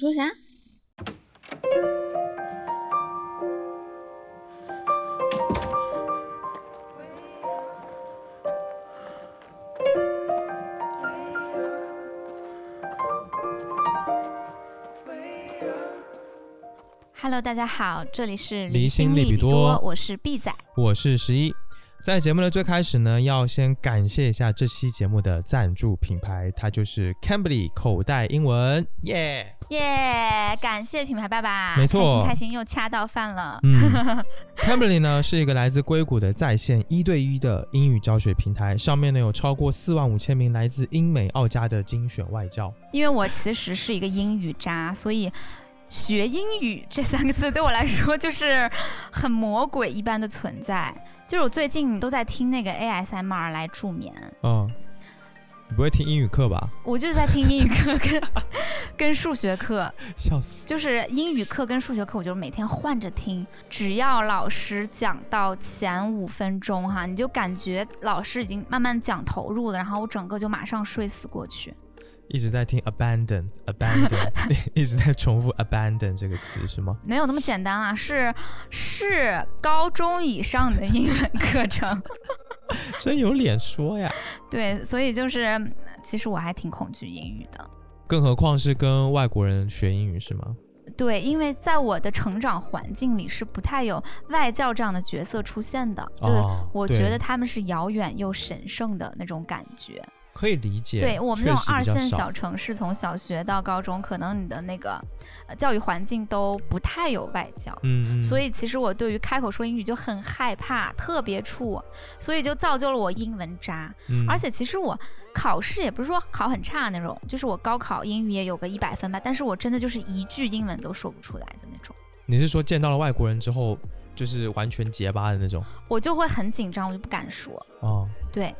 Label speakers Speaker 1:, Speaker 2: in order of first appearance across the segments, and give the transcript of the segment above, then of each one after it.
Speaker 1: 你说啥？
Speaker 2: Hello，大家好，这里是
Speaker 3: 离心
Speaker 2: 利
Speaker 3: 利比
Speaker 2: 多，
Speaker 3: 多
Speaker 2: 我是 B 仔。
Speaker 3: 我是十一。在节目的最开始呢，要先感谢一下这期节目的赞助品牌，它就是 Cambly 口袋英文，耶、
Speaker 2: 耶、感谢品牌爸爸，
Speaker 3: 没错
Speaker 2: 开心开心又掐到饭了。
Speaker 3: 嗯 ，Cambly 呢是一个来自硅谷的在线一对一的英语教学平台，上面呢有超过四万五千名来自英美澳加的精选外教。
Speaker 2: 因为我其实是一个英语渣，所以学英语这三个字对我来说就是很魔鬼一般的存在。就是我最近都在听那个 ASMR 来助眠，
Speaker 3: 嗯，你不会听英语课吧？
Speaker 2: 我就是在听英语课跟 跟数学课，
Speaker 3: 笑死！
Speaker 2: 就是英语课跟数学课，我就是每天换着听。只要老师讲到前五分钟哈，你就感觉老师已经慢慢讲投入了，然后我整个就马上睡死过去。
Speaker 3: 一直在听 abandon abandon，一 直在重复 abandon 这个词是吗？
Speaker 2: 没有那么简单啊，是是高中以上的英文 课程。
Speaker 3: 真有脸说呀！
Speaker 2: 对，所以就是其实我还挺恐惧英语的。
Speaker 3: 更何况是跟外国人学英语是吗？
Speaker 2: 对，因为在我的成长环境里是不太有外教这样的角色出现的，就是
Speaker 3: 哦
Speaker 2: 我觉
Speaker 3: 对
Speaker 2: 得他们是遥远又神圣的那种感觉。
Speaker 3: 可以理解。
Speaker 2: 对我们
Speaker 3: 确
Speaker 2: 这种
Speaker 3: 实
Speaker 2: 二
Speaker 3: 比较
Speaker 2: 线
Speaker 3: 少
Speaker 2: 小城市，从小学到高中，可能你的那个呃教育环境都不太有外教。
Speaker 3: 嗯嗯，
Speaker 2: 所以其实我对于开口说英语就很害怕，特别怵，所以就造就了我英文渣。
Speaker 3: 嗯
Speaker 2: 而且其实我考试也不是说考很差那种，就是我高考英语也有个一百分吧，但是我真的就是一句英文都说不出来的那种，
Speaker 3: 你是说见到了外国人之后，就是完全结巴的那种
Speaker 2: 我就会很紧张，我就不敢说。
Speaker 3: 哦？
Speaker 2: 对，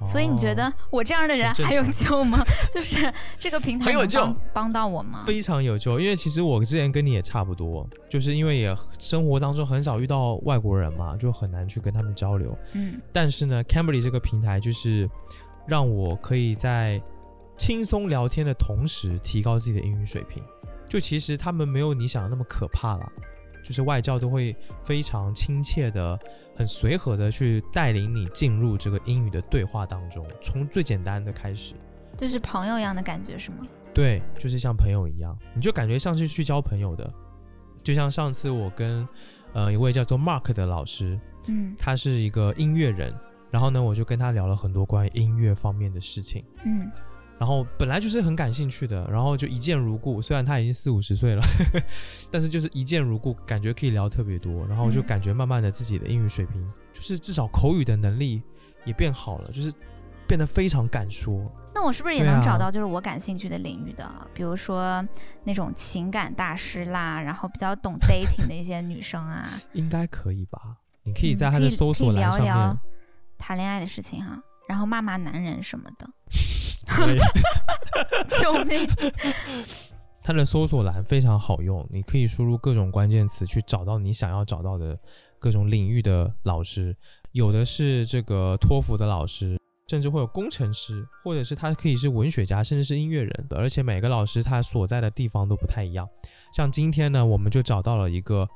Speaker 3: 哦
Speaker 2: 所以你觉得我这样的人
Speaker 3: 很正
Speaker 2: 还有
Speaker 3: 常
Speaker 2: 救吗？ 就是这个平台
Speaker 3: 很有
Speaker 2: 能
Speaker 3: 救
Speaker 2: 帮帮到我吗？
Speaker 3: 非常有救？因为其实我之前跟你也差不多，就是因为也生活当中很少遇到外国人嘛，就很难去跟他们交流。
Speaker 2: 嗯，
Speaker 3: 但是呢 c a m b r y 这个平台就是让我可以在轻松聊天的同时，提高自己的英语水平。就其实他们没有你想的那么可怕啦，就是外教都会非常亲切的、很随和的去带领你进入这个英语的对话当中，从最简单的开始。
Speaker 2: 就是朋友一样的感觉是吗？
Speaker 3: 对，就是像朋友一样，你就感觉像是去交朋友的。就像上次我跟呃一位叫做 Mark 的老师，
Speaker 2: 嗯
Speaker 3: 他是一个音乐人，然后呢，我就跟他聊了很多关于音乐方面的事情，
Speaker 2: 嗯，
Speaker 3: 然后本来就是很感兴趣的，然后就一见如故。虽然他已经四五十岁了， 但是就是一见如故，感觉可以聊特别多，然后就
Speaker 2: 嗯
Speaker 3: 感觉慢慢的自己的英语水平，就是至少口语的能力也变好了，就是变得非常敢说。
Speaker 2: 那我是不是也
Speaker 3: 对
Speaker 2: 能
Speaker 3: 啊
Speaker 2: 找到就是我感兴趣的领域的？啊比如说那种情感大师啦，然后比 较懂 dating 的一些女生啊，
Speaker 3: 应该可以吧？你 可以
Speaker 2: 嗯
Speaker 3: 在他的
Speaker 2: 可以
Speaker 3: 搜索栏上
Speaker 2: 可以
Speaker 3: 面
Speaker 2: 聊聊谈恋爱的事情哈、然后骂骂男人什么的，
Speaker 3: 之类的，
Speaker 2: 救命！
Speaker 3: 它的搜索栏非常好用，你可以输入各种关键词去找到你想要找到的各种领域的老师，有的是这个托福的老师，甚至会有工程师，或者是他可以是文学家，甚至是音乐人，而且每个老师他所在的地方都不太一样。像今天呢，我们就找到了一个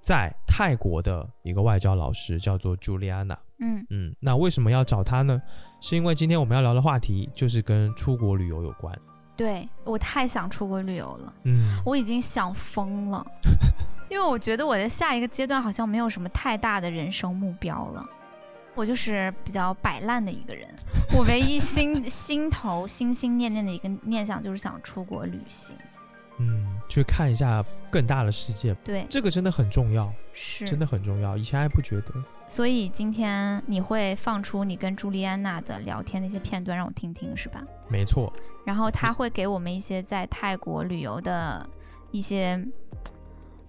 Speaker 3: 在泰国的一个外交老师，叫做 Juliana。
Speaker 2: 嗯
Speaker 3: 嗯，那为什么要找他呢？是因为今天我们要聊的话题就是跟出国旅游有关。
Speaker 2: 对我太想出国旅游了，
Speaker 3: 嗯，
Speaker 2: 我已经想疯 了，因为我觉得我的下一个阶段好像没有什么太大的人生目标了。我就是比较摆烂的一个人，我唯一心心头心心念念的一个念想就是想出国旅行。
Speaker 3: 嗯，去看一下更大的世界，
Speaker 2: 对，
Speaker 3: 这个真的很重要，
Speaker 2: 是
Speaker 3: 真的。很重要。以前还不觉得，
Speaker 2: 所以今天你会放出你跟朱莉安娜的聊天的一些片段让我听听，是吧？
Speaker 3: 没错，
Speaker 2: 然后她会给我们一些在泰国旅游的一些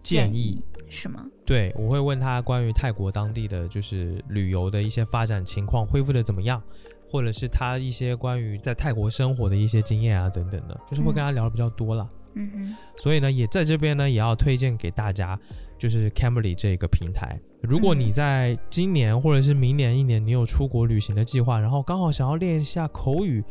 Speaker 3: 建
Speaker 2: 议
Speaker 3: 议。，
Speaker 2: 是吗？
Speaker 3: 对，我会问他关于泰国当地的就是旅游的一些发展情况，恢复的怎么样，或者是他一些关于在泰国生活的一些经验啊等等的，就是会跟他聊的比较多啦。
Speaker 2: 嗯
Speaker 3: 所以呢，也在这边呢，也要推荐给大家，就是 Cambly 这个平台。如果你
Speaker 2: 嗯
Speaker 3: 在今年或者是明年一年，你有出国旅行的计划，然后刚好想要练一下口语，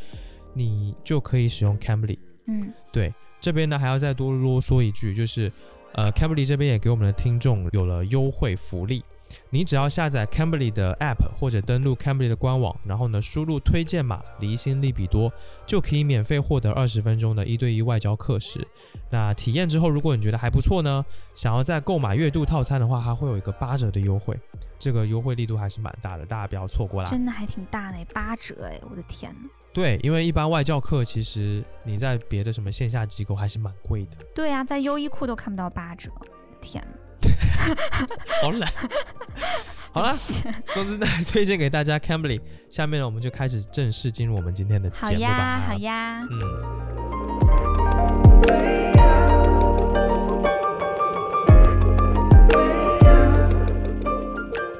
Speaker 3: 你就可以使用 Cambly。
Speaker 2: 哼，嗯，
Speaker 3: 对，这边呢还要再多啰嗦一句，就是呃 Cambly 这边也给我们的听众有了优惠福利。你只要下载 Cambly 的 App 或者登录 Cambly 的官网，然后呢输入推荐码“离心利比多”，就可以免费获得二十分钟的一对一外教课时。那体验之后，如果你觉得还不错呢，想要再购买月度套餐的话，它会有一个八折的优惠，这个优惠力度还是蛮大的，大家不要错过啦。
Speaker 2: 真的还挺大的，八折哎，我的天呐。
Speaker 3: 对，因为一般外教课其实你在别的什么线下机构还是蛮贵的。
Speaker 2: 对呀、在优衣库都看不到八折，天呐。
Speaker 3: 好 懒。好了，总之呢，推荐给大家 Cambly。下面呢，我们就开始正式进入我们今天的
Speaker 2: 好
Speaker 3: 节目吧。啊
Speaker 2: 呀，好。呀，
Speaker 3: 嗯，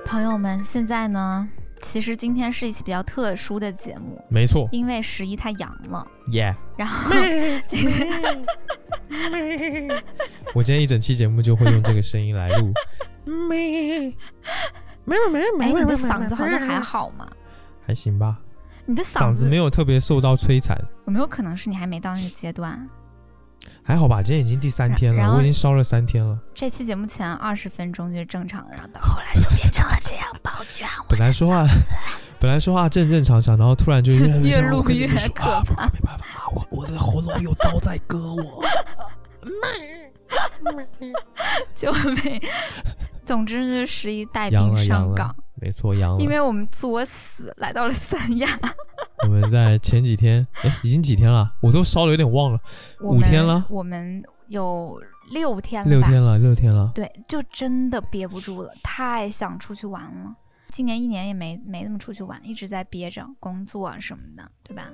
Speaker 2: 朋友们，现在呢，其实今天是一期比较特殊的节目，
Speaker 3: 没错。
Speaker 2: 因为十一他阳了，
Speaker 3: 耶、
Speaker 2: 然后
Speaker 3: 我今天一整期节目就会用这个声音来录。
Speaker 1: 没，没有没有
Speaker 2: 哎，
Speaker 1: 没
Speaker 2: 你
Speaker 1: 有没
Speaker 2: 的
Speaker 1: 有，
Speaker 2: 嗓子好像还好嘛？
Speaker 3: 还行吧，
Speaker 2: 你的
Speaker 3: 嗓
Speaker 2: 子
Speaker 3: 子没有特别受到摧残，
Speaker 2: 有没有可能是你还没到那个阶段？
Speaker 3: 还好吧。今天已经第三天
Speaker 2: 然
Speaker 3: 了，
Speaker 2: 后
Speaker 3: 我已经烧了三天了。
Speaker 2: 这期节目前二十分钟就是正常的，然后到后来就变成了这 样抱怨我。
Speaker 3: 本来说 话，本来说话正正常常，然后突然就越来
Speaker 2: 越
Speaker 3: 像
Speaker 2: 录
Speaker 3: 我跟你
Speaker 2: 越
Speaker 3: 们说
Speaker 2: 可
Speaker 3: 啊，
Speaker 2: 怕。
Speaker 3: 没办法，我我的喉咙有刀在割我。
Speaker 2: 就被，总之就是十一带
Speaker 3: 阳
Speaker 2: 病
Speaker 3: 了阳
Speaker 2: 上
Speaker 3: 了
Speaker 2: 岗，，
Speaker 3: 没错，阳了。
Speaker 2: 因为我们作死来到了三亚，
Speaker 3: 我们在前几天，哎，已经几天了，我都烧了有点忘了，
Speaker 2: 我
Speaker 3: 五
Speaker 2: 们
Speaker 3: 天了
Speaker 2: 我们有六天了
Speaker 3: 六
Speaker 2: 吧？
Speaker 3: 天了，六天了。
Speaker 2: 对，就真的憋不住了，太想出去玩了。今年一年也没没怎么出去玩，一直在憋着工作啊什么的，对吧？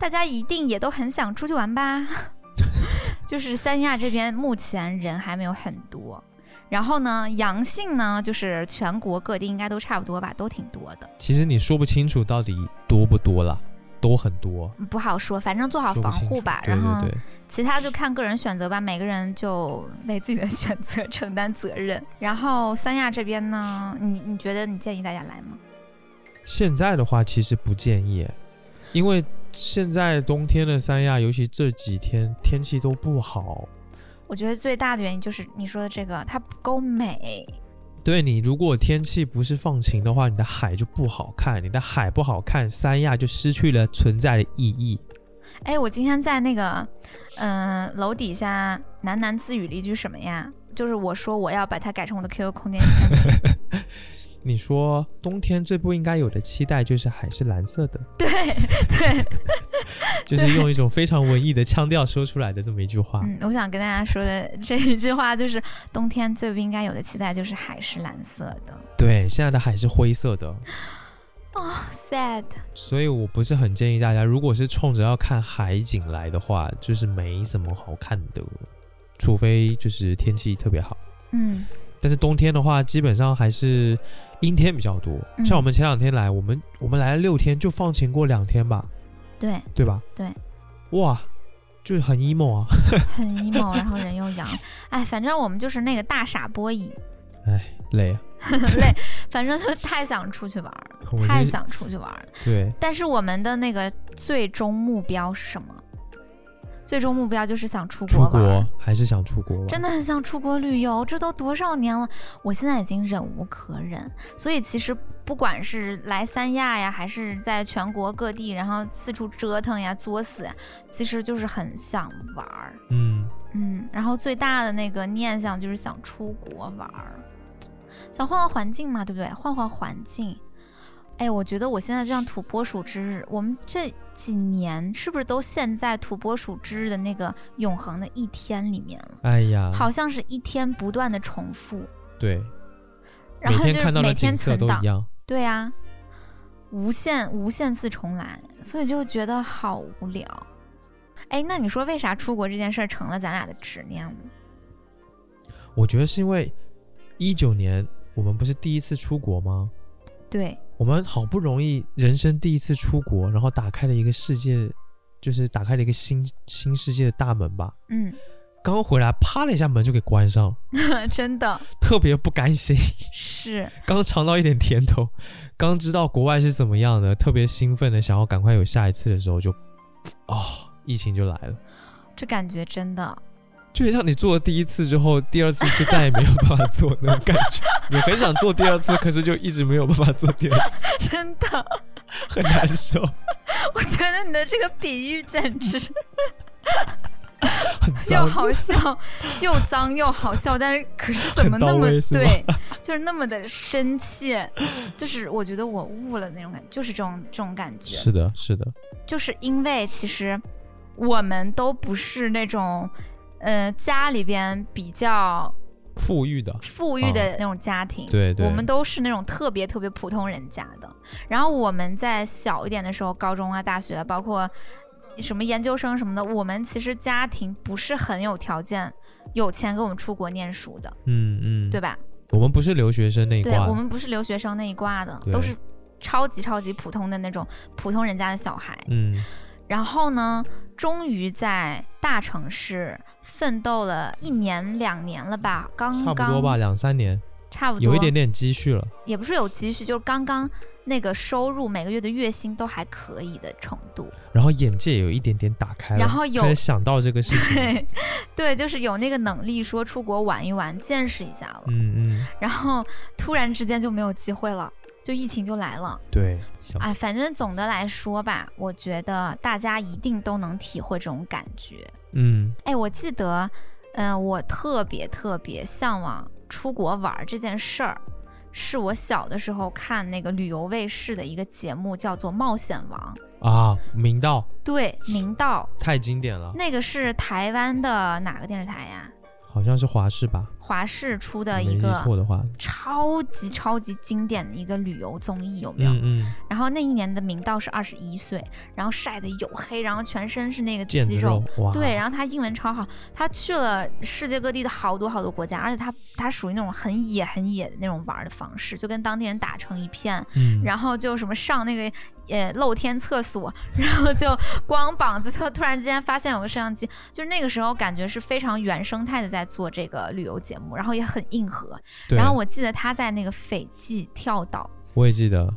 Speaker 2: 大家一定也都很想出去玩吧？ 就是三亚这边目前人还没有很多，然后呢，阳性呢，就是全国各地应该都差不多吧，都挺多的。
Speaker 3: 其实你说不清楚到底多不多了，都很多，
Speaker 2: 不好说，反正做好
Speaker 3: 说不
Speaker 2: 防
Speaker 3: 清
Speaker 2: 护
Speaker 3: 楚
Speaker 2: 吧。
Speaker 3: 对
Speaker 2: 然后
Speaker 3: 对对，
Speaker 2: 其他就看个人选择吧，每个人就为自己的选择承担责任。然后三亚这边呢， 你你觉得你建议大家来吗？
Speaker 3: 现在的话其实不建议，因为现在冬天的三亚，尤其这几天天气都不好。
Speaker 2: 我觉得最大的原因就是你说的这个，它不够美。
Speaker 3: 对你，如果天气不是放晴的话，你的海就不好看，你的海不好看，三亚就失去了存在的意义。
Speaker 2: 哎，我今天在那个，嗯、楼底下喃喃自语了一句什么呀？就是我说我要把它改成我的 QQ 空间签 名。
Speaker 3: 你说冬天最不应该有的期待就是海是蓝色的，
Speaker 2: 对对，
Speaker 3: 就是用一种非常文艺的腔调说出来的这么一句话。
Speaker 2: 嗯，我想跟大家说的这一句话就是，冬天最不应该有的期待就是海是蓝色的。
Speaker 3: 对，现在的海是灰色的，
Speaker 2: sad。
Speaker 3: 所以我不是很建议大家，如果是冲着要看海景来的话，就是没什么好看的，除非就是天气特别好。
Speaker 2: 嗯，
Speaker 3: 但是冬天的话，基本上还是阴天比较多。
Speaker 2: 嗯
Speaker 3: 像我们前两天来，我们我们来了六天，就放晴过两天吧，
Speaker 2: 对，
Speaker 3: 对吧？
Speaker 2: 对。
Speaker 3: 哇，就是很 emo 啊！
Speaker 2: 很 emo，然后人又阳，哎，反正我们就是那个大傻波 蚁，
Speaker 3: 哎，累啊！
Speaker 2: 累，反正就太想出去玩儿了，
Speaker 3: 我
Speaker 2: 太
Speaker 3: 觉得
Speaker 2: 想出去玩儿了。
Speaker 3: 对，
Speaker 2: 但是我们的那个最终目标是什么？最终目标就是想出
Speaker 3: 出
Speaker 2: 国玩
Speaker 3: 国
Speaker 2: 儿，
Speaker 3: 还是想出国玩。
Speaker 2: 真的很想出国旅游，这都多少年了，我现在已经忍无可忍。所以其实不管是来三亚呀，还是在全国各地，然后四处折腾呀、作死呀，其实就是很想玩儿。
Speaker 3: 嗯，
Speaker 2: 嗯，然后最大的那个念想就是想出国玩儿，想换换环境嘛，对不对？换换环境。哎，我觉得我现在就像土拨鼠之日，我们这几年是不是都陷在土拨鼠之日的那个永恒的一天里面了？
Speaker 3: 哎呀，
Speaker 2: 好像是一天不断的重复，
Speaker 3: 对，
Speaker 2: 然后
Speaker 3: 每
Speaker 2: 就
Speaker 3: 天看
Speaker 2: 是
Speaker 3: 到的
Speaker 2: 每
Speaker 3: 景
Speaker 2: 天
Speaker 3: 色
Speaker 2: 存
Speaker 3: 都
Speaker 2: 档
Speaker 3: 一，样。
Speaker 2: 对啊，无限无限次重来，所以就觉得好无聊。哎，那你说为啥出国这件事儿成了咱俩的执念呢？
Speaker 3: 我觉得是因为一九年我们不是第一次出国吗？
Speaker 2: 对，
Speaker 3: 我们好不容易人生第一次出国，然后打开了一个世界，就是打开了一个新新世界的大门吧。
Speaker 2: 嗯，
Speaker 3: 刚回来，啪的一下门就给关上了，
Speaker 2: 真的
Speaker 3: 特别不甘心。
Speaker 2: 是，
Speaker 3: 刚尝到一点甜头，刚知道国外是怎么样啊的，特别兴奋的想要赶快有下一次的时候就，哦，疫情就来了。
Speaker 2: 这感觉真的
Speaker 3: 就很像你做了第一次之后，第二次就再也没有办法做那种感觉。你很想做第二次，可是就一直没有办法做第二次，
Speaker 2: 真的，
Speaker 3: 很难 受，
Speaker 2: 我觉得你的这个比喻简 直
Speaker 3: 很
Speaker 2: 又
Speaker 3: 糟。
Speaker 2: 好笑又脏又好笑，但是可是怎
Speaker 3: 很
Speaker 2: 么
Speaker 3: 到
Speaker 2: 那么
Speaker 3: 位是吗
Speaker 2: 对，就是那么的深切，就是我觉得我悟了那种感觉，就是这种这种感觉。
Speaker 3: 是的，是的，
Speaker 2: 就是因为其实我们都不是那种，呃，家里边比较
Speaker 3: 富裕的，
Speaker 2: 富裕
Speaker 3: 啊
Speaker 2: 的那种家庭，
Speaker 3: 对对
Speaker 2: 我们都是那种特别特别普通人家的。然后我们在小一点的时候，高中啊、大学啊，包括什么研究生什么的，我们其实家庭不是很有条件，有钱给我们出国念书的，
Speaker 3: 嗯嗯，
Speaker 2: 对吧？
Speaker 3: 我们不是留学生那一
Speaker 2: 对
Speaker 3: 挂
Speaker 2: 我，们不是留学生那一挂的，
Speaker 3: 对
Speaker 2: 都是超级超级普通的那种普通人家的小孩。
Speaker 3: 嗯，
Speaker 2: 然后呢，终于在大城市奋斗了一年两年了吧，刚
Speaker 3: 差
Speaker 2: 刚
Speaker 3: 不多吧，两三年，
Speaker 2: 差不多
Speaker 3: 有一点点积蓄了。
Speaker 2: 也不是有积蓄，就是刚刚那个收入每个月的月薪都还可以的程度。
Speaker 3: 然后眼界有一点点打开了，
Speaker 2: 然后有
Speaker 3: 开始想到这个事情，
Speaker 2: 对，对，就是有那个能力说出国玩一玩，见识一下了。
Speaker 3: 嗯嗯，
Speaker 2: 然后突然之间就没有机会了，就疫情就来了。
Speaker 3: 对，想
Speaker 2: 哎，反正总的来说吧，我觉得大家一定都能体会这种感觉。
Speaker 3: 嗯
Speaker 2: 哎，我记得，嗯、我特别特别向往出国玩儿这件事儿，是我小的时候看那个旅游卫视的一个节目，叫做《冒险王》。
Speaker 3: 啊，明道
Speaker 2: 对，明道
Speaker 3: 太经典了，
Speaker 2: 那个是台湾的哪个电视台呀？
Speaker 3: 好像是华视吧，
Speaker 2: 华视出的
Speaker 3: 没
Speaker 2: 一
Speaker 3: 记
Speaker 2: 个
Speaker 3: 错的话，嗯
Speaker 2: 超级超级经典的一个旅游综艺，有没有？
Speaker 3: 嗯嗯，
Speaker 2: 然后那一年的明道是二十一岁，然后晒得黝黑，然后全身是那个
Speaker 3: 腱子
Speaker 2: 肌肉
Speaker 3: 肉，哇，
Speaker 2: 对，然后他英文超好，他去了世界各地的好多好多国家，而且他他属于那种很野很野的那种玩儿的方式，就跟当地人打成一片，
Speaker 3: 嗯，
Speaker 2: 然后就什么上那个呃露天厕所，然后就光膀子，突突然之间发现有个摄像机，就是那个时候感觉是非常原生态的在做这个旅游节目，然后也很硬核。
Speaker 3: 对
Speaker 2: 然后我记得他在那个斐济跳岛。
Speaker 3: 我也记得，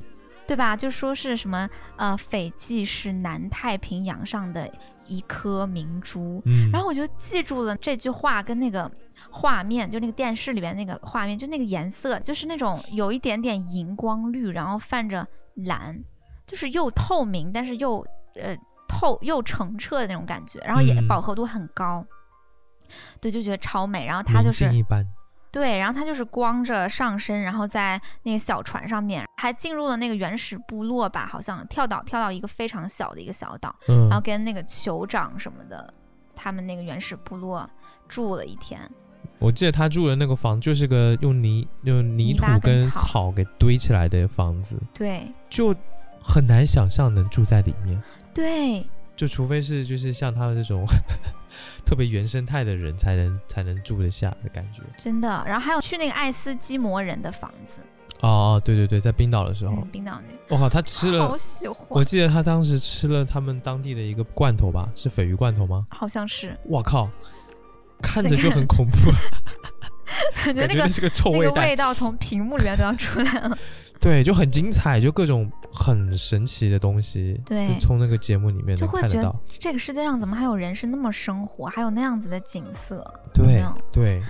Speaker 2: 对吧？就说是什么呃，斐济是南太平洋上的一颗明珠，
Speaker 3: 嗯，
Speaker 2: 然后我就记住了这句话跟那个画面，就那个电视里面那个画面，就那个颜色，就是那种有一点点荧光绿，然后泛着蓝，就是又透明，但是又呃透又澄澈的那种感觉，然后也
Speaker 3: 嗯
Speaker 2: 饱和度很高。对，就觉得超美。然后它
Speaker 3: 宁
Speaker 2: 就是
Speaker 3: 静一般，
Speaker 2: 对，然后他就是光着上身，然后在那个小船上面，还进入了那个原始部落吧，好像跳岛跳到一个非常小的一个小岛，
Speaker 3: 嗯
Speaker 2: 然后，跟那个酋长什么的，他们那个原始部落住了一天。
Speaker 3: 我记得他住的那个房就是个用泥用泥
Speaker 2: 泥
Speaker 3: 土
Speaker 2: 巴跟
Speaker 3: 跟
Speaker 2: 草
Speaker 3: 草给堆起来的房子，
Speaker 2: 对
Speaker 3: 就很难想象能住在里面。
Speaker 2: 对
Speaker 3: 就除非是就是像他们这种 特别原生态的人才能才能住得下的感觉。
Speaker 2: 真的。然后还有去那个爱斯基摩人的房子，
Speaker 3: 哦哦，对对对，在冰岛的时候，
Speaker 2: 嗯，冰岛那个，
Speaker 3: 我靠，他吃了
Speaker 2: 好，喜
Speaker 3: 我
Speaker 2: 欢，
Speaker 3: 记得他当时吃了他们当地的一个罐头吧，是鲱鱼罐头吗？
Speaker 2: 好像是，
Speaker 3: 我靠，看着就很恐怖，感
Speaker 2: 感觉那
Speaker 3: 觉那
Speaker 2: 个。
Speaker 3: 是个臭
Speaker 2: 那
Speaker 3: 味
Speaker 2: 个
Speaker 3: 蛋，
Speaker 2: 味道从屏幕里面都要出来了，
Speaker 3: 对，就很精彩，就各种很神奇的东西，
Speaker 2: 对
Speaker 3: 就从那个节目里面
Speaker 2: 就
Speaker 3: 能
Speaker 2: 会
Speaker 3: 看
Speaker 2: 觉
Speaker 3: 得
Speaker 2: 得
Speaker 3: 到，
Speaker 2: 这个世界上怎么还有人是那么生活，还有那样子的景色？
Speaker 3: 对
Speaker 2: 嗯
Speaker 3: 对，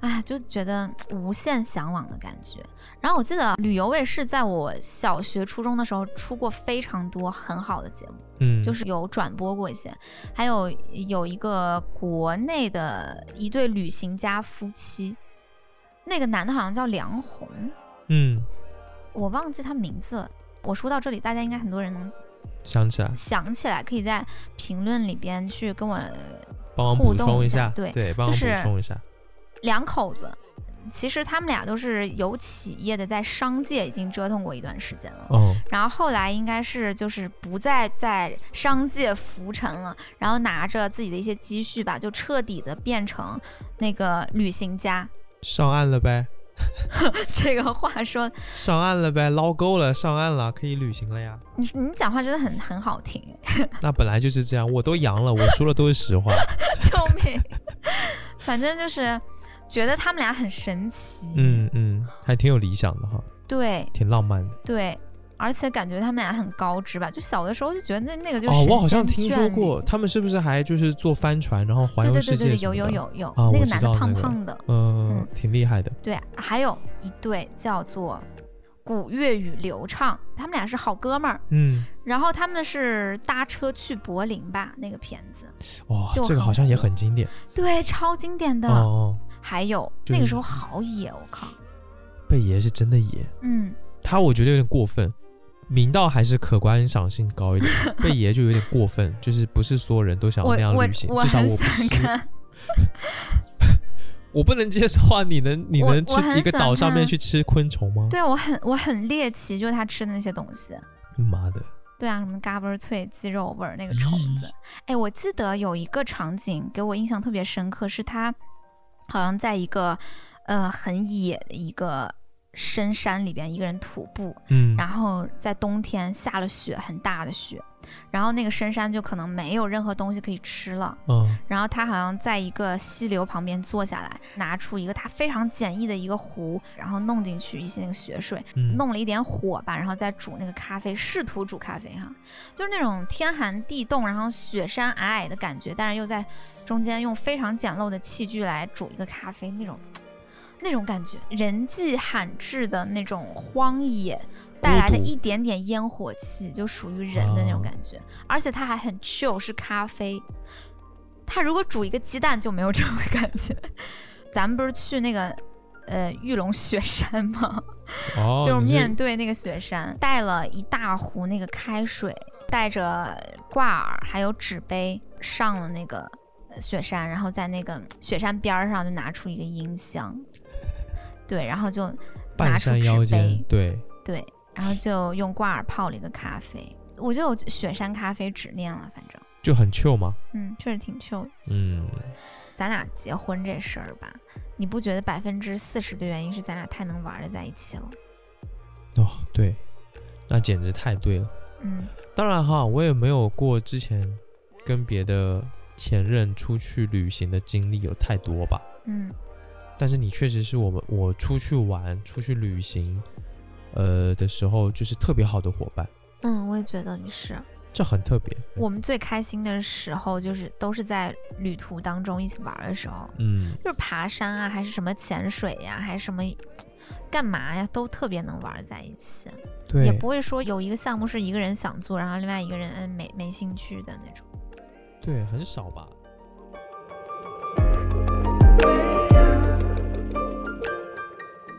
Speaker 2: 哎，就觉得无限向往的感觉。然后我记得旅游卫视在我小学、初中的时候出过非常多很好的节目，
Speaker 3: 嗯，
Speaker 2: 就是有转播过一些，还有有一个国内的一对旅行家夫妻，那个男的好像叫梁红，
Speaker 3: 嗯，
Speaker 2: 我忘记他名字了。我说到这里，大家应该很多人能
Speaker 3: 想起来，
Speaker 2: 想起来，可以在评论里边去跟我
Speaker 3: 帮忙
Speaker 2: 互
Speaker 3: 补
Speaker 2: 动
Speaker 3: 充
Speaker 2: 一下
Speaker 3: 下，
Speaker 2: 对
Speaker 3: 帮忙
Speaker 2: 就
Speaker 3: 补
Speaker 2: 是
Speaker 3: 充一下，
Speaker 2: 两口子，其实他们俩都是有企业的，在商界已经折腾过一段时间了。
Speaker 3: 哦，
Speaker 2: 然后后来应该是就是不再在商界浮沉了，然后拿着自己的一些积蓄吧，就彻底的变成那个旅行家。
Speaker 3: 上岸了呗。
Speaker 2: 这个话说，
Speaker 3: 上岸了呗，捞够了，上岸了，可以旅行了呀。
Speaker 2: 你你讲话真的很很好听，
Speaker 3: 那本来就是这样，我都阳了，我说的都是实话。
Speaker 2: 救命！ 反正就是觉得他们俩很神奇，
Speaker 3: 嗯嗯嗯，还挺有理想的哈，
Speaker 2: 对
Speaker 3: 挺浪漫的。
Speaker 2: 对。而且感觉他们俩很高知吧？就小的时候就觉得那那个就是
Speaker 3: 哦，我好
Speaker 2: 神
Speaker 3: 像听
Speaker 2: 仙
Speaker 3: 说
Speaker 2: 眷
Speaker 3: 过，
Speaker 2: 侣
Speaker 3: 他们是不是还就是坐帆船，然后环
Speaker 2: 对
Speaker 3: 游
Speaker 2: 对
Speaker 3: 世
Speaker 2: 对
Speaker 3: 界
Speaker 2: 对对，
Speaker 3: 什么
Speaker 2: 有有
Speaker 3: 的，
Speaker 2: 有有，
Speaker 3: 啊
Speaker 2: 那
Speaker 3: 我
Speaker 2: 个
Speaker 3: 知
Speaker 2: 男的
Speaker 3: 道
Speaker 2: 胖
Speaker 3: 那个
Speaker 2: 胖的，
Speaker 3: 嗯，
Speaker 2: 嗯
Speaker 3: 挺厉害的。
Speaker 2: 对，还有一对叫做古粤语流畅，他们俩是好哥们儿，
Speaker 3: 嗯，
Speaker 2: 然后他们是搭车去柏林吧，那个片子，
Speaker 3: 哇、
Speaker 2: 就
Speaker 3: 这个
Speaker 2: 很
Speaker 3: 好像也很经典。
Speaker 2: 对，超经典的。
Speaker 3: 哦哦，
Speaker 2: 还有、
Speaker 3: 就
Speaker 2: 那个
Speaker 3: 是
Speaker 2: 时候好野，我靠，
Speaker 3: 贝爷是真的野，
Speaker 2: 嗯，
Speaker 3: 他我觉得有点过分。明道还是可观赏性高一 点，贝爷就有点过分，就是不是所有人都想要
Speaker 2: 我
Speaker 3: 那样
Speaker 2: 我
Speaker 3: 旅行，
Speaker 2: 我
Speaker 3: 至少
Speaker 2: 很
Speaker 3: 我不
Speaker 2: 想
Speaker 3: 是，
Speaker 2: 看，
Speaker 3: 我不能接受啊！你能你
Speaker 2: 我
Speaker 3: 能去
Speaker 2: 我很
Speaker 3: 一个
Speaker 2: 喜欢
Speaker 3: 岛上面
Speaker 2: 看
Speaker 3: 去吃昆虫吗？
Speaker 2: 对我很我很猎奇，就是他吃的那些东西，
Speaker 3: 嗯妈的，
Speaker 2: 对啊，什么嘎嘣儿脆、鸡肉味儿那个虫子。哎，我记得有一个场景给我印象特别深刻，是他好像在一个呃很野的一个深山里边，一个人徒步，
Speaker 3: 嗯，
Speaker 2: 然后在冬天下了雪，很大的雪，然后那个深山就可能没有任何东西可以吃了。
Speaker 3: 嗯
Speaker 2: 然后他好像在一个溪流旁边坐下来，拿出一个他非常简易的一个壶，然后弄进去一些那个雪水，
Speaker 3: 嗯，
Speaker 2: 弄了一点火吧，然后再煮那个咖啡，试图煮咖啡哈，就是那种天寒地冻，然后雪山皑皑的感觉，但是又在中间用非常简陋的器具来煮一个咖啡，那种那种感觉，人迹罕至的那种荒野带来的
Speaker 3: 孤独
Speaker 2: 一点点烟火气，就属于人的那种
Speaker 3: 啊
Speaker 2: 感觉，而且它还很 chill，是咖啡。它如果煮一个鸡蛋就没有这种感觉。 咱们不是去那个呃玉龙雪山吗？
Speaker 3: 哦，
Speaker 2: 就是
Speaker 3: 你
Speaker 2: 面对那个雪山，带了一大壶那个开水，带着挂耳还有纸杯上了那个呃雪山，然后在那个雪山边儿上就拿出一个音箱，对，然后就拿
Speaker 3: 半
Speaker 2: 出
Speaker 3: 山腰
Speaker 2: 纸
Speaker 3: 间
Speaker 2: 杯，，
Speaker 3: 对，
Speaker 2: 对，然后就用挂耳泡了一个咖啡，我就有雪山咖啡执念了，反正
Speaker 3: 就很 chill 嘛，
Speaker 2: 嗯，确实挺 chill 的。
Speaker 3: 嗯，
Speaker 2: 咱俩结婚这事儿吧，你不觉得百分之四十的原因是咱俩太能玩的在一起了？
Speaker 3: 哦，对，那简直太对了。
Speaker 2: 嗯，
Speaker 3: 当然哈，我也没有过之前跟别的前任出去旅行的经历有太多吧，
Speaker 2: 嗯，
Speaker 3: 但是你确实是我们我出去玩、出去旅行，呃的时候就是特别好的伙伴，
Speaker 2: 嗯，我也觉得你是。
Speaker 3: 这很特别。
Speaker 2: 我们最开心的时候，就是都是在旅途当中一起玩儿的时候，
Speaker 3: 嗯，
Speaker 2: 就是爬山啊，还是什么潜水呀、还是什么干嘛呀，都特别能玩儿在一起，也
Speaker 3: 对
Speaker 2: 不会说有一个项目是一个人想做，然后另外一个人嗯没没兴趣的那种。
Speaker 3: 对，很少吧。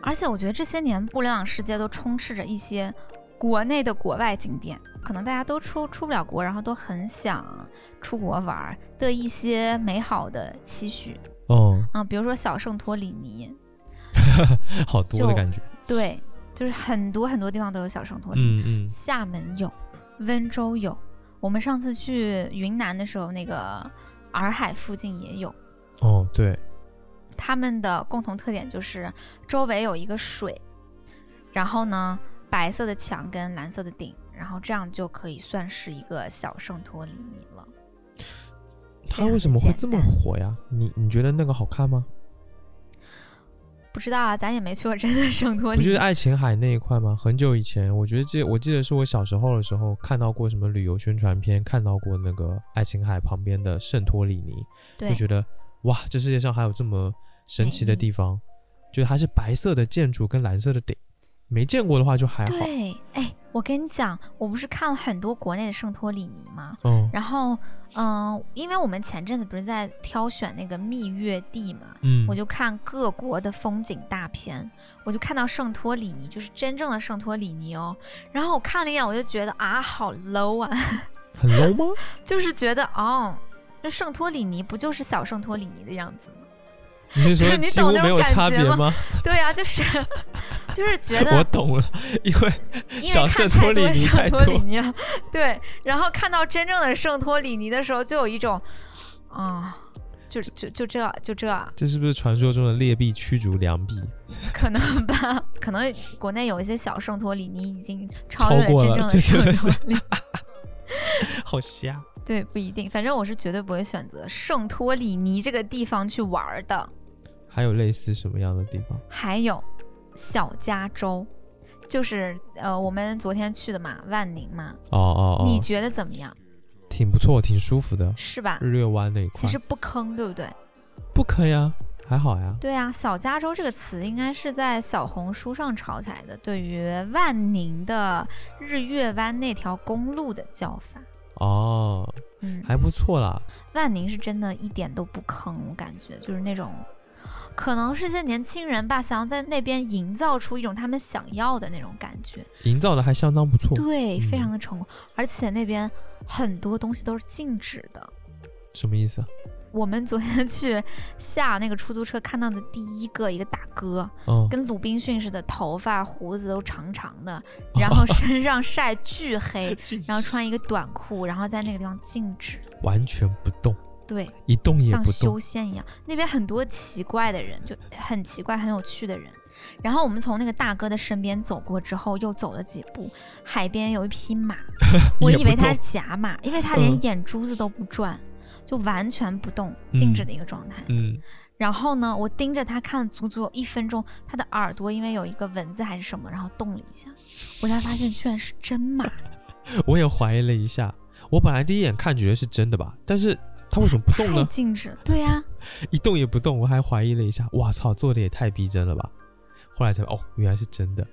Speaker 2: 而且我觉得这些年互联网世界都充斥着一些国内的国外景点，可能大家都出出不了国，然后都很想出国玩儿的一些美好的期许
Speaker 3: 哦，
Speaker 2: 啊，比如说小圣托里尼。
Speaker 3: 好多的
Speaker 2: 就
Speaker 3: 感觉。
Speaker 2: 对，就是很多很多地方都有小圣托里，
Speaker 3: 嗯嗯，
Speaker 2: 厦门有，温州有，我们上次去云南的时候，那个洱海附近也有。
Speaker 3: 哦对，
Speaker 2: 他们的共同特点就是周围有一个水，然后呢，白色的墙跟蓝色的顶，然后这样就可以算是一个小圣托里尼了。
Speaker 3: 他
Speaker 2: 常
Speaker 3: 为
Speaker 2: 的
Speaker 3: 什么会
Speaker 2: 简
Speaker 3: 这么
Speaker 2: 单
Speaker 3: 火呀？你你觉得那个好看吗？
Speaker 2: 不知道啊，咱也没去过真的圣托
Speaker 3: 不
Speaker 2: 里
Speaker 3: 就是
Speaker 2: 尼。
Speaker 3: 爱琴海那一块吗？很久以前，我觉得记，我记得是我小时候的时候看到过什么旅游宣传片，看到过那个爱琴海旁边的圣托里尼，
Speaker 2: 对
Speaker 3: 就，觉得哇，这世界上还有这么神奇的地方，就是它是白色的建筑跟蓝色的顶，没见过的话就还好。
Speaker 2: 对，哎，我跟你讲，我不是看了很多国内的圣托里尼吗？
Speaker 3: 嗯
Speaker 2: 然后，嗯、因为我们前阵子不是在挑选那个蜜月地嘛，
Speaker 3: 嗯，
Speaker 2: 我就看各国的风景大片，我就看到圣托里尼，就是真正的圣托里尼哦。然后我看了一眼，我就觉得啊，好 low 啊，
Speaker 3: 很 low 吗？
Speaker 2: 就是觉得哦，这圣托里尼不就是小圣托里尼的样子吗？
Speaker 3: 你是说
Speaker 2: 你
Speaker 3: 几乎
Speaker 2: 懂那
Speaker 3: 没
Speaker 2: 种
Speaker 3: 有
Speaker 2: 感
Speaker 3: 差
Speaker 2: 觉
Speaker 3: 别
Speaker 2: 吗
Speaker 3: 吗？
Speaker 2: 对啊，就是 就是觉
Speaker 3: 我
Speaker 2: 得
Speaker 3: 懂了，因为
Speaker 2: 因
Speaker 3: 小
Speaker 2: 为
Speaker 3: 圣
Speaker 2: 看
Speaker 3: 托
Speaker 2: 太
Speaker 3: 里
Speaker 2: 多
Speaker 3: 尼太
Speaker 2: 圣托
Speaker 3: 多
Speaker 2: 里尼了，对，然后看到真正的圣托里尼的时候，就有一种啊。就就就这就这，
Speaker 3: 这是不是传说中的劣币驱逐良币？
Speaker 2: 可能吧， 可能国内有一些小圣托里尼已经超
Speaker 3: 超
Speaker 2: 越
Speaker 3: 过了这
Speaker 2: 真正
Speaker 3: 真的
Speaker 2: 的圣托 里。
Speaker 3: 好瞎！
Speaker 2: 对，不一定，反正我是绝对不会选择圣托里尼这个地方去玩儿的。
Speaker 3: 还有类似什么样的地方？
Speaker 2: 还有小加州，就是呃，我们昨天去的嘛，万宁嘛，
Speaker 3: 哦哦
Speaker 2: 你
Speaker 3: 哦，
Speaker 2: 觉得怎么样？
Speaker 3: 挺不错，挺舒服的。
Speaker 2: 是吧？
Speaker 3: 日月湾那一
Speaker 2: 其
Speaker 3: 块
Speaker 2: 实不坑，对不对？
Speaker 3: 不坑呀，还好呀。
Speaker 2: 对啊，“小加州”这个词应该是在小红书上炒起来的，对于万宁的日月湾那条公路的叫法。
Speaker 3: 哦，
Speaker 2: 嗯，
Speaker 3: 还不错啦。
Speaker 2: 万宁是真的一点都不坑，我感觉就是那种，可能是些年轻人吧，想要在那边营造出一种他们想要的那种感觉，
Speaker 3: 营造的还相当不错。
Speaker 2: 对，非
Speaker 3: 哦嗯
Speaker 2: 常的成功，而且那边很多东西都是禁止的。
Speaker 3: 什么意思啊？
Speaker 2: 我们昨天去下那个出租车看到的第一个一个大哥，
Speaker 3: 嗯，
Speaker 2: 跟鲁滨逊似的，头发胡子都长长的，然后身上晒巨黑，然后穿一个短裤，然后在那个地方静止，
Speaker 3: 完全不动，
Speaker 2: 对，
Speaker 3: 一动 也
Speaker 2: 像
Speaker 3: 不动
Speaker 2: 修。仙一样。那边很多奇怪的人，就很奇怪、很有趣的人。然后我们从那个大哥的身边走过之后，又走了几步，海边有一匹马，我
Speaker 3: 也
Speaker 2: 以为
Speaker 3: 不
Speaker 2: 它是
Speaker 3: 动
Speaker 2: 假马，因为它连
Speaker 3: 嗯
Speaker 2: 眼珠子都不转，就完全不动，静
Speaker 3: 嗯
Speaker 2: 止的一个状态。
Speaker 3: 嗯，
Speaker 2: 然后呢，我盯着他看了足足有一分钟，他的耳朵因为有一个蚊子还是什么，然后动了一下，我才发现居然是真马。
Speaker 3: 哦我也怀疑了一下。我本来第一眼看觉得是真的吧，但是它为什么不动
Speaker 2: 太
Speaker 3: 呢？
Speaker 2: 静止了，对啊呀、
Speaker 3: 一动也不动，我还怀疑了一下。哇操，做的也太逼真了吧！后来才哦，原来是真的。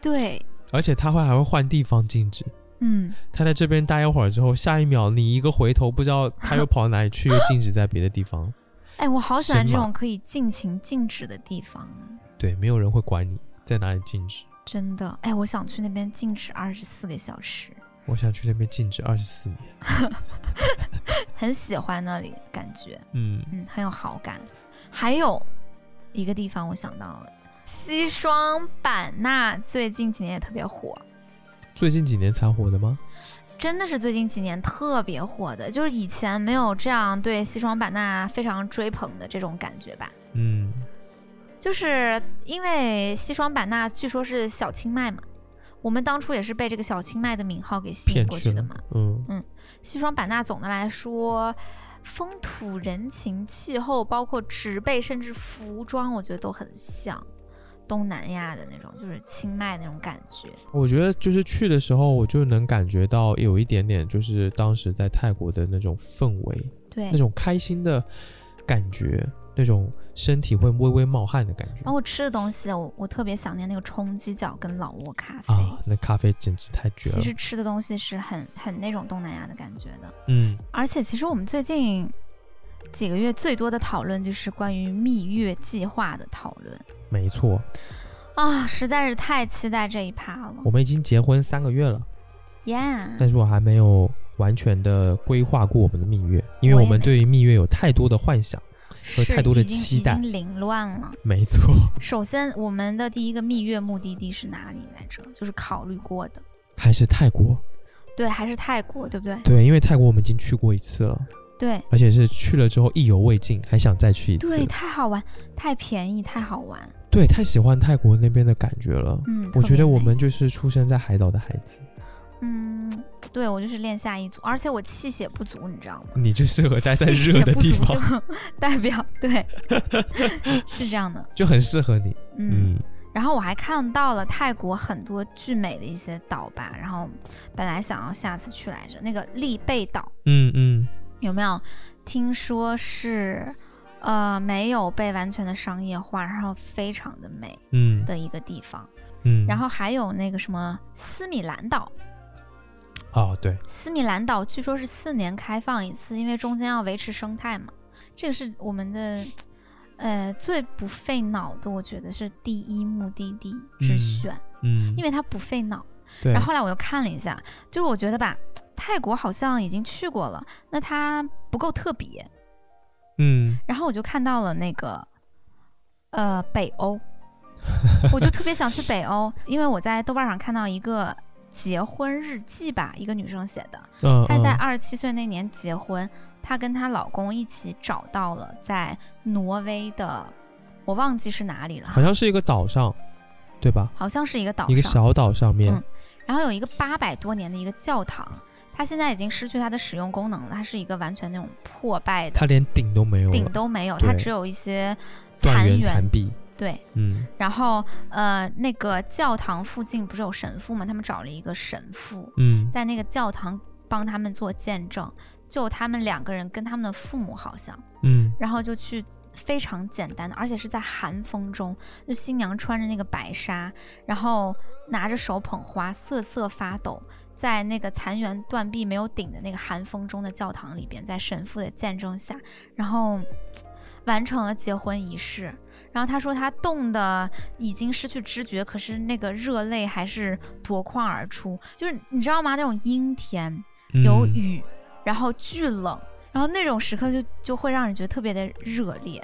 Speaker 2: 对，
Speaker 3: 而且它会还会换地方静止。
Speaker 2: 嗯，
Speaker 3: 它在这边待一会儿之后，下一秒你一个回头，不知道它又跑到哪里去，又静止在别的地方。
Speaker 2: 哎，我好喜欢这
Speaker 3: 神马
Speaker 2: 种可以尽情静止的地方，
Speaker 3: 对，没有人会管你在哪里静止。
Speaker 2: 真的，哎，我想去那边静止二十四个小时，
Speaker 3: 我想去那边静止二十四年。
Speaker 2: 很喜欢那里感觉，
Speaker 3: 嗯，
Speaker 2: 嗯，很有好感。还有一个地方我想到了，西双版纳最近几年也特别火，
Speaker 3: 最近几年才火的吗？
Speaker 2: 真的是最近几年特别火的，就是以前没有这样对西双版纳非常追捧的这种感觉吧。
Speaker 3: 嗯，
Speaker 2: 就是因为西双版纳据说是小清迈嘛，我们当初也是被这个小清迈的名号给吸引
Speaker 3: 骗
Speaker 2: 过
Speaker 3: 去
Speaker 2: 去的
Speaker 3: 了
Speaker 2: 嘛。。
Speaker 3: 嗯
Speaker 2: 西双版纳总的来说，风土人情、气候，包括植被甚至服装，我觉得都很像东南亚的那种，就是清迈那种感觉。
Speaker 3: 我觉得就是去的时候，我就能感觉到有一点点，就是当时在泰国的那种氛围，
Speaker 2: 对
Speaker 3: 那，种开心的感觉，那种身体会微微冒汗的感觉
Speaker 2: 包。括吃的东西，我我特别想念那个冲鸡脚跟老挝咖啡。
Speaker 3: 啊，那咖啡简直太绝
Speaker 2: 其
Speaker 3: 了
Speaker 2: 实。吃的东西是很很那种东南亚的感觉的。
Speaker 3: 嗯，
Speaker 2: 而且其实我们最近几个月最多的讨论就是关于蜜月计划的讨论
Speaker 3: 没错，
Speaker 2: 啊，实在是太期待这一趴了。
Speaker 3: 我们已经结婚三个月了，
Speaker 2: Yeah，
Speaker 3: 但是我还没有完全的规划过我们的蜜月，因
Speaker 2: 我
Speaker 3: 为
Speaker 2: 也
Speaker 3: 我们
Speaker 2: 没
Speaker 3: 对于蜜月有太多的幻想。
Speaker 2: 是
Speaker 3: 太多的
Speaker 2: 已经
Speaker 3: 期待
Speaker 2: 已经凌乱了。
Speaker 3: 没错，
Speaker 2: 首先，我们的第一个蜜月目的地是哪里来着？就是考虑过的，
Speaker 3: 还是泰国。
Speaker 2: 对，还是泰国，对不对？
Speaker 3: 对，因为泰国我们已经去过一次了，
Speaker 2: 对
Speaker 3: 而且是去了之后意犹未尽，还想再去一次。
Speaker 2: 对，太好玩，太便宜，太好玩，
Speaker 3: 对，太喜欢泰国那边的感觉了。
Speaker 2: 嗯，
Speaker 3: 我
Speaker 2: 特
Speaker 3: 觉
Speaker 2: 别
Speaker 3: 得我
Speaker 2: 美
Speaker 3: 们就是出生在海岛的孩子，
Speaker 2: 嗯，对我就是练下一组，而且我气血不足，你知道吗？
Speaker 3: 你就适合待嗯在
Speaker 2: 气
Speaker 3: 热
Speaker 2: 血
Speaker 3: 的
Speaker 2: 不
Speaker 3: 地
Speaker 2: 足
Speaker 3: 方，
Speaker 2: 就代表对， 是这样的，
Speaker 3: 就很适合你。
Speaker 2: 嗯。
Speaker 3: 嗯，
Speaker 2: 然后我还看到了泰国很多巨美的一些岛吧，然后本来想要下次去来着，那个丽贝岛
Speaker 3: 嗯嗯，
Speaker 2: 有没有？听说是呃没有被完全的商业化，然后非常的美
Speaker 3: 嗯
Speaker 2: 的一个地方。
Speaker 3: 嗯，
Speaker 2: 然后还有那个什么斯米兰岛，
Speaker 3: 哦，对，
Speaker 2: 斯米兰岛据说是四年开放一次，因为中间要维持生态嘛。这个是我们的，呃，最不费脑的，我觉得是第一目的地之
Speaker 3: 嗯
Speaker 2: 选，
Speaker 3: 嗯，
Speaker 2: 因为它不费脑。
Speaker 3: 对，
Speaker 2: 然后后来我又看了一下，就是我觉得吧，泰国好像已经去过了，那它不够特别。
Speaker 3: 嗯，
Speaker 2: 然后我就看到了那个，呃，北 欧，我就特别想去北欧，因为我在豆瓣上看到一个结婚日记吧，一个女生写的，
Speaker 3: 嗯，
Speaker 2: 她是在啊
Speaker 3: 嗯
Speaker 2: 二十七岁那年结婚，她跟她老公一起找到了在挪威的，我忘记是哪里了哈，
Speaker 3: 好像是一个岛上，对吧？
Speaker 2: 好像是一个岛
Speaker 3: 一个
Speaker 2: 上，
Speaker 3: 小岛上面
Speaker 2: 嗯，然后有一个八百多年的一个教堂，它现在已经失去它的使用功能了，它是一个完全那种破败的
Speaker 3: 它，连顶都没有
Speaker 2: 顶
Speaker 3: 了，
Speaker 2: 都没有，它
Speaker 3: 对
Speaker 2: 只有一些
Speaker 3: 断
Speaker 2: 残
Speaker 3: 垣残壁。
Speaker 2: 对，
Speaker 3: 嗯
Speaker 2: 然后呃，那个教堂附近不是有神父吗？他们找了一个神父，
Speaker 3: 嗯
Speaker 2: 在那个教堂帮他们做见证，就他们两个人跟他们的父母好像，
Speaker 3: 嗯
Speaker 2: 然后就去非常简单的，而且是在寒风中，就新娘穿着那个白纱，然后拿着手捧花，瑟瑟发抖。在那个残垣断壁没有顶的那个寒风中的教堂里边，在神父的见证下，然后完成了结婚仪式。然后他说他冻得已经失去知觉，可是那个热泪还是夺眶而出，就是你知道吗？那种阴天，
Speaker 3: 嗯，
Speaker 2: 有雨，然后巨冷，然后那种时刻就就会让人觉得特别的热烈。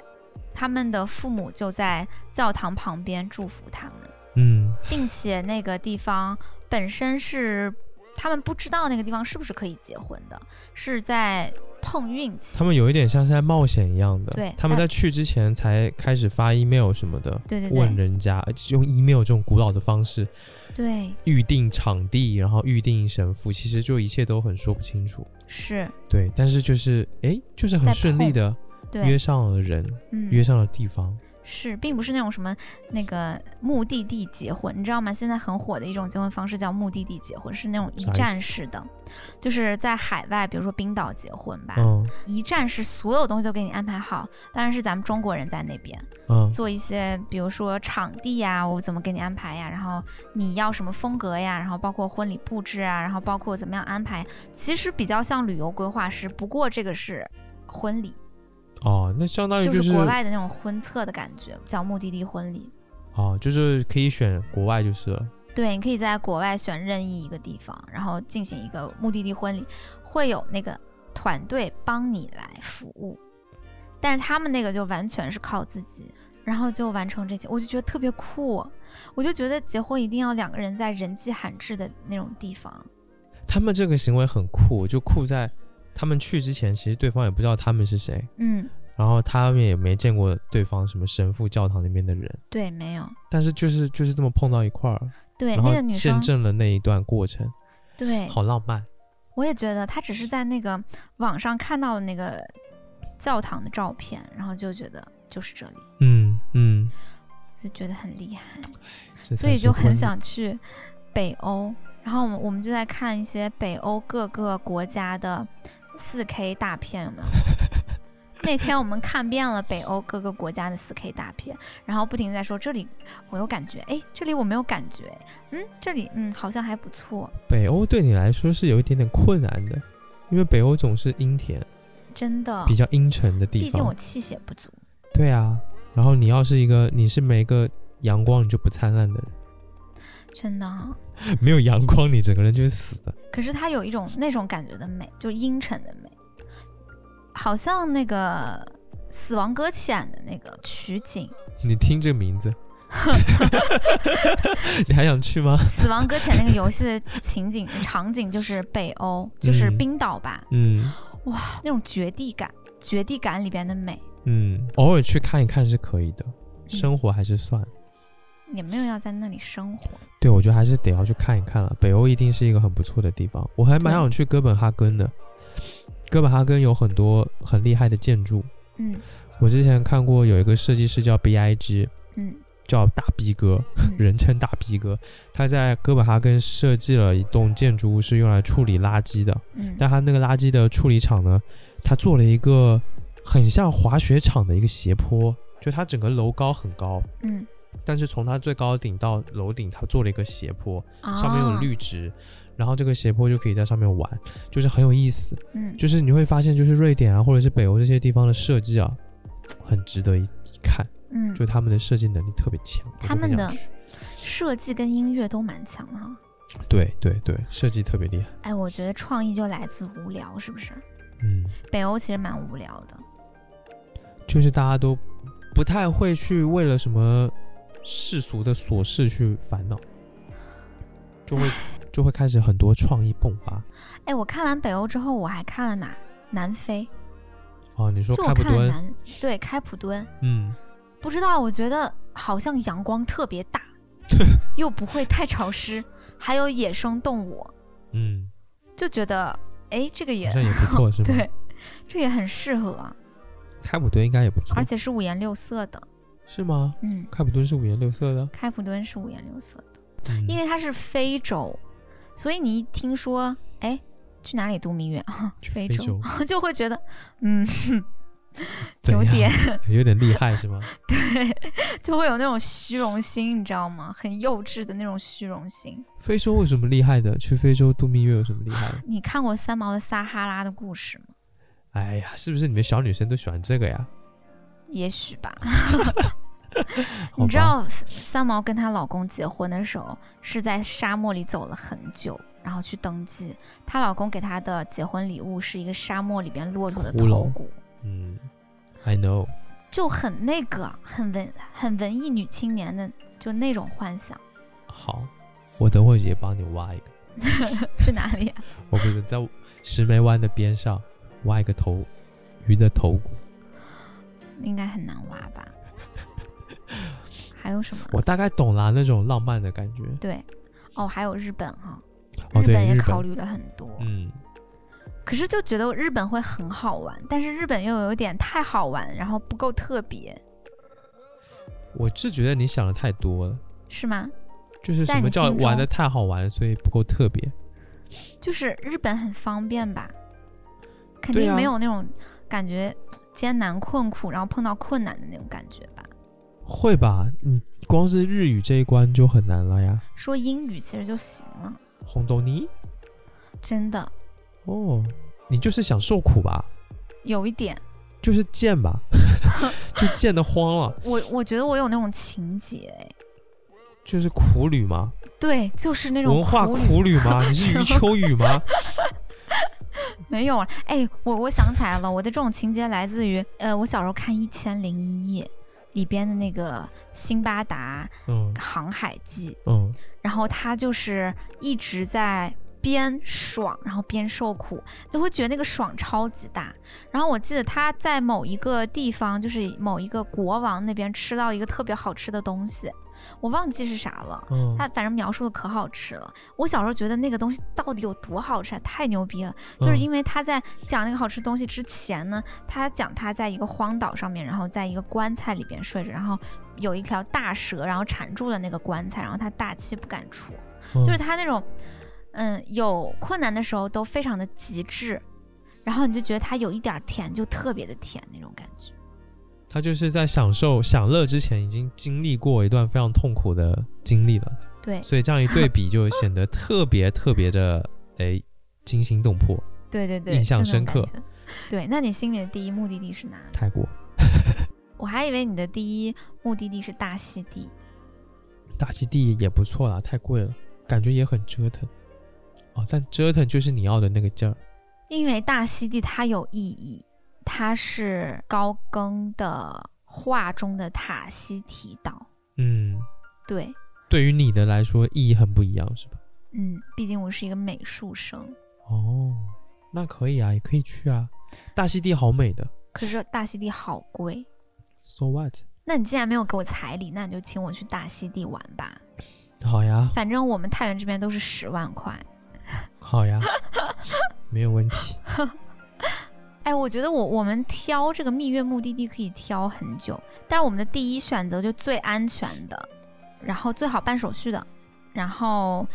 Speaker 2: 他们的父母就在教堂旁边祝福他们，
Speaker 3: 嗯
Speaker 2: 并且那个地方本身是他们不知道那个地方是不是可以结婚的，是在碰运气。
Speaker 3: 他们有一点像是在冒险一样的，
Speaker 2: 对
Speaker 3: 他们
Speaker 2: 在
Speaker 3: 在去之前才开始发 email 什么的，
Speaker 2: 对对
Speaker 3: 问
Speaker 2: 对
Speaker 3: 人家而且用 email 这种古老的方式
Speaker 2: 对，
Speaker 3: 预定场地，然后预定神父，其实就一切都很说不清楚。
Speaker 2: 是，
Speaker 3: 对，但是就是哎，就是很
Speaker 2: 在
Speaker 3: 顺利的约
Speaker 2: 对，
Speaker 3: 上了人，
Speaker 2: 嗯，
Speaker 3: 约上了地方。
Speaker 2: 是，并不是那种什么那个目的地结婚，你知道吗？现在很火的一种结婚方式叫目的地结婚，是那种一
Speaker 3: 啥意
Speaker 2: 站
Speaker 3: 思
Speaker 2: 式的，就是在海外，比如说冰岛结婚吧，
Speaker 3: 嗯
Speaker 2: 一站式所有东西都给你安排好。当然是咱们中国人在那边
Speaker 3: 嗯
Speaker 2: 做一些，比如说场地呀，我怎么给你安排呀，然后你要什么风格呀，然后包括婚礼布置啊，然后包括怎么样安排，其实比较像旅游规划师，不过这个是婚礼，
Speaker 3: 哦，那相当于
Speaker 2: 就是
Speaker 3: 是
Speaker 2: 国外的那种婚册的感觉，叫目的地婚礼。
Speaker 3: 哦，就是可以选国外就是了。
Speaker 2: 对，你可以在国外选任意一个地方，然后进行一个目的地婚礼，会有那个团队帮你来服务，但是他们那个就完全是靠自己，然后就完成这些，我就觉得特别酷，我就觉得结婚一定要两个人在人迹罕至的那种地方，
Speaker 3: 他们这个行为很酷，就酷在他们去之前，其实对方也不知道他们是谁，
Speaker 2: 嗯，
Speaker 3: 然后他们也没见过对方什么神父教堂那边的人，
Speaker 2: 对，没有，
Speaker 3: 但是就是就是这么碰到一块儿，
Speaker 2: 对，
Speaker 3: 然后
Speaker 2: 那个女
Speaker 3: 见
Speaker 2: 生，
Speaker 3: 证了那一段过程，
Speaker 2: 对，
Speaker 3: 好浪漫。
Speaker 2: 我也觉得她只是在那个网上看到了那个教堂的照片，然后就觉得就是这里，
Speaker 3: 嗯嗯，
Speaker 2: 就觉得很厉害。
Speaker 3: 这
Speaker 2: 所
Speaker 3: 才
Speaker 2: 以
Speaker 3: 是
Speaker 2: 就很
Speaker 3: 婚
Speaker 2: 想去北欧。然后我们我们就在看一些北欧各个国家的4 K 大片，有没有？ 那天我们看遍了北欧各个国家的4 K 大片，然后不停地在说这里我有感觉，哎，这里我没有感觉，嗯，这里嗯好像还不错，
Speaker 3: 北欧对你来说是有一点点困难的，因为北欧总是阴天，
Speaker 2: 真的
Speaker 3: 比。较阴沉的地
Speaker 2: 哦毕竟我
Speaker 3: 方。
Speaker 2: 气血不足，
Speaker 3: 对啊，然后你要是一个你是没个阳光你就不灿烂的 人，
Speaker 2: 真的哈、
Speaker 3: 没有阳光你整个人就是死的。
Speaker 2: 可是它有一种那种感觉的美，就是阴沉的美，好像那个《死亡搁浅》的那个取景。
Speaker 3: 你听这个名 字，你还想去吗？
Speaker 2: 死亡搁浅那个游戏的情景场景就是北欧，就是冰岛吧，
Speaker 3: 嗯
Speaker 2: 那种绝地感，绝地感里边的美，
Speaker 3: 嗯，偶尔去看一看是可以的，
Speaker 2: 嗯
Speaker 3: 生活还是算。
Speaker 2: 也没有要在那里生活。
Speaker 3: 对，我觉得还是得要去看一看了。北欧一定是一个很不错的地方，我还蛮
Speaker 2: 对
Speaker 3: 想去哥本哈根的。哥本哈根有很多很厉害的建筑，
Speaker 2: 嗯
Speaker 3: 我之前看过有一个设计师叫 BIG，
Speaker 2: 嗯
Speaker 3: 叫大逼哥，
Speaker 2: 嗯
Speaker 3: 人称大逼哥。他在哥本哈根设计了一栋建筑物，是用来处理垃圾的。
Speaker 2: 嗯，
Speaker 3: 但他那个垃圾的处理厂呢，他做了一个很像滑雪场的一个斜坡，就它整个楼高很高，
Speaker 2: 嗯
Speaker 3: 但是从它最高顶到楼顶，它做了一个斜坡，
Speaker 2: 啊，
Speaker 3: 上面有，绿植，然后这个斜坡就可以在上面玩，就是很有意思。
Speaker 2: 嗯，
Speaker 3: 就是你会发现，就是瑞典啊，或者是北欧这些地方的设计啊，很值得一一看，
Speaker 2: 嗯
Speaker 3: 就，他们的设计能力特别强。我就
Speaker 2: 他们
Speaker 3: 很
Speaker 2: 的
Speaker 3: 想去
Speaker 2: 设计跟音乐都蛮强的哈。
Speaker 3: 对对对，设计特别厉害。
Speaker 2: 哎，我觉得创意就来自无聊，是不是？
Speaker 3: 嗯，
Speaker 2: 北欧其实蛮无聊的，
Speaker 3: 就是大家都不太会去为了什么世俗的琐事去烦恼，就会就会开始很多创意迸发。
Speaker 2: 哎，我看完北欧之后，我还看了哪？南非，
Speaker 3: 哦，你说
Speaker 2: 就
Speaker 3: 开
Speaker 2: 我
Speaker 3: 普
Speaker 2: 看了
Speaker 3: 敦，
Speaker 2: 南，对，开普敦，
Speaker 3: 嗯，
Speaker 2: 不知道，我觉得好像阳光特别 大，又不会太潮湿，还有野生动物，
Speaker 3: 嗯，
Speaker 2: 就觉得哎，这个也
Speaker 3: 好 像也不错，是吗？
Speaker 2: 对，这也很适合，啊
Speaker 3: 开普敦应该也不错
Speaker 2: 而，且是五颜六色的。
Speaker 3: 是吗？
Speaker 2: 嗯，
Speaker 3: 开普敦是五颜六色的，
Speaker 2: 开普敦是五颜六色的，
Speaker 3: 嗯
Speaker 2: 因为它是非洲，所以你一听说，哎，去哪里度蜜月 啊？
Speaker 3: 嗯去
Speaker 2: 非
Speaker 3: 非
Speaker 2: 洲
Speaker 3: 洲
Speaker 2: 就会觉得，嗯，
Speaker 3: 怎
Speaker 2: 有
Speaker 3: 样
Speaker 2: 点
Speaker 3: 有点厉害是吗？
Speaker 2: 就会有那种虚荣心，你知道吗？很幼稚的那种虚荣心。
Speaker 3: 非洲为什么厉害的？去非洲度蜜月有什么厉害的？
Speaker 2: 你看过三毛的《撒哈拉的故事》吗？
Speaker 3: 哎呀，是不是你们小女生都喜欢这个呀？
Speaker 2: 也许吧。
Speaker 3: 好
Speaker 2: 你知
Speaker 3: 吧
Speaker 2: 道三毛跟她老公结婚的时候是在沙漠里走了很久，然后去登记。她老公给她的结婚礼物是一个沙漠里边骆驼的
Speaker 3: 骷髅
Speaker 2: 头骨，
Speaker 3: 嗯，I know，
Speaker 2: 就很那个，很文很文艺女青年的就那种幻想。
Speaker 3: 好，我等会儿也帮你挖一个，
Speaker 2: 去哪里、啊？
Speaker 3: 我不是在石梅湾的边上挖一个头鱼的头骨，
Speaker 2: 应该很难挖吧？还有什么？
Speaker 3: 我大概懂啦，那种浪漫的感觉。
Speaker 2: 对，哦，还有日本哈、
Speaker 3: 哦，
Speaker 2: 日
Speaker 3: 对，
Speaker 2: 本也
Speaker 3: 日
Speaker 2: 考
Speaker 3: 本，
Speaker 2: 虑了很多，
Speaker 3: 嗯，
Speaker 2: 可是就觉得日本会很好玩，但是日本又有点太好玩，然后不够特别，
Speaker 3: 我是觉得你想的太多了，
Speaker 2: 是吗？
Speaker 3: 就是
Speaker 2: 在
Speaker 3: 什么
Speaker 2: 你
Speaker 3: 叫
Speaker 2: 心
Speaker 3: 玩的
Speaker 2: 中
Speaker 3: 太好玩了，所以不够特别。
Speaker 2: 就是日本很方便吧，肯
Speaker 3: 对
Speaker 2: 定
Speaker 3: 啊
Speaker 2: 没有那种感觉艰难困苦，然后碰到困难的那种感觉吧。
Speaker 3: 会吧？你光是日语这一关就很难了呀。
Speaker 2: 说英语其实就行了，
Speaker 3: 红豆泥
Speaker 2: 真的
Speaker 3: 哦，你就是想受苦吧？
Speaker 2: 有一点，
Speaker 3: 就是贱吧？ 就贱的慌了，
Speaker 2: 我我觉得我有那种情节，哎
Speaker 3: 就是苦旅吗？
Speaker 2: 对，就是那种
Speaker 3: 文化
Speaker 2: 苦旅
Speaker 3: 苦旅 吗？你是
Speaker 2: 是
Speaker 3: 余
Speaker 2: 吗
Speaker 3: 秋雨吗？
Speaker 2: 没有了。哎，我我想起来了，我的这种情节来自于呃，我小时候看《一千零一夜》里边的那个辛巴达
Speaker 3: 嗯
Speaker 2: 航海记，
Speaker 3: 嗯，
Speaker 2: 然后他就是一直在边爽，然后边受苦，就会觉得那个爽超级大。然后我记得他在某一个地方，就是某一个国王那边吃到一个特别好吃的东西，我忘记是啥了。
Speaker 3: 嗯
Speaker 2: 他反正描述的可好吃了，我小时候觉得那个东西到底有多好吃啊，太牛逼了！就是
Speaker 3: 嗯
Speaker 2: 因为他在讲那个好吃东西之前呢，他讲他在一个荒岛上面，然后在一个棺材里边睡着，然后有一条大蛇，然后缠住了那个棺材，然后他大气不敢出，
Speaker 3: 嗯
Speaker 2: 就是他那种，嗯，有困难的时候都非常的极致，然后你就觉得他有一点儿甜，就特别的甜那种感觉。
Speaker 3: 他就是在享受享乐之前，已经经历过一段非常痛苦的经历了，
Speaker 2: 对
Speaker 3: 所以这样一对比，就显得特别特别的哎惊心动魄。
Speaker 2: 对对对，
Speaker 3: 印象
Speaker 2: 就那种
Speaker 3: 深刻
Speaker 2: 感觉。对，那你心里的第一目的地是哪里？
Speaker 3: 泰国
Speaker 2: 我还以为你的第一目的地是大溪地，
Speaker 3: 大溪地也不错啦，太贵了，感觉也很折腾。哦，但折腾就是你要的那个劲儿。
Speaker 2: 因为大溪地它有意义，它是高更的画中的塔西提岛。
Speaker 3: 嗯，
Speaker 2: 对，
Speaker 3: 对于你的来说意义很不一样，是吧？
Speaker 2: 嗯，毕竟我是一个美术生，
Speaker 3: 哦，那可以啊，也可以去啊。大溪地好美的
Speaker 2: 可是大溪地好贵。
Speaker 3: ，so what？
Speaker 2: 那你既然没有给我彩礼，那你就请我去大溪地玩吧。
Speaker 3: 好呀，
Speaker 2: 反正我们太原这边都是十万块。
Speaker 3: 好呀，没有问题。
Speaker 2: 哎，我觉得我我们挑这个蜜月目的地可以挑很久，但是我们的第一选择就最安全的，然后最好办手续的，然后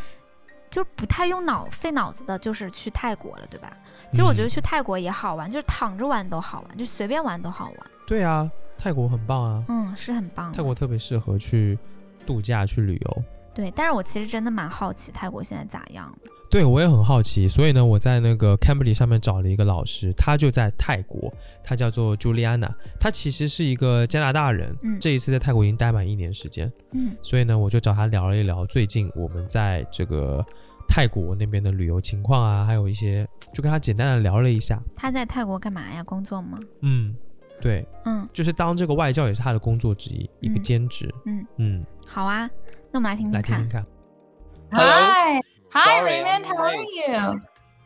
Speaker 2: 就不太用脑费脑子的，就是去泰国了，对吧？其实我觉
Speaker 3: 嗯
Speaker 2: 得去泰国也好玩，就是躺着玩都好玩，就随便玩都好玩，
Speaker 3: 对啊，泰国很棒啊，
Speaker 2: 嗯，是很棒的。
Speaker 3: 泰国特别适合去度假去旅游。
Speaker 2: 对，但是我其实真的蛮好奇泰国现在咋样了。
Speaker 3: 对，我也很好奇，所以呢，我在那个 Cambly 上面找了一个老师，他就在泰国，他叫做 Juliana，他其实是一个加拿大人，
Speaker 2: 嗯
Speaker 3: 这一次在泰国已经待满一年时间，
Speaker 2: 嗯
Speaker 3: 所以呢，我就找他聊了一聊最近我们在这个泰国那边的旅游情况啊，还有一些，就跟他简单的聊了一下，
Speaker 2: 他在泰国干嘛呀？工作吗？
Speaker 3: 嗯，对，
Speaker 2: 嗯，
Speaker 3: 就是当这个外教也是他的工作之一，一个
Speaker 2: 嗯
Speaker 3: 兼职，
Speaker 2: 嗯
Speaker 3: 嗯，
Speaker 2: 好啊，那我们来听听
Speaker 3: 来听听
Speaker 2: 看。
Speaker 3: 看，
Speaker 4: Hello?
Speaker 5: Hi. Hi,
Speaker 4: Sorry, I'm
Speaker 5: Raymond. How are
Speaker 4: late.
Speaker 5: you?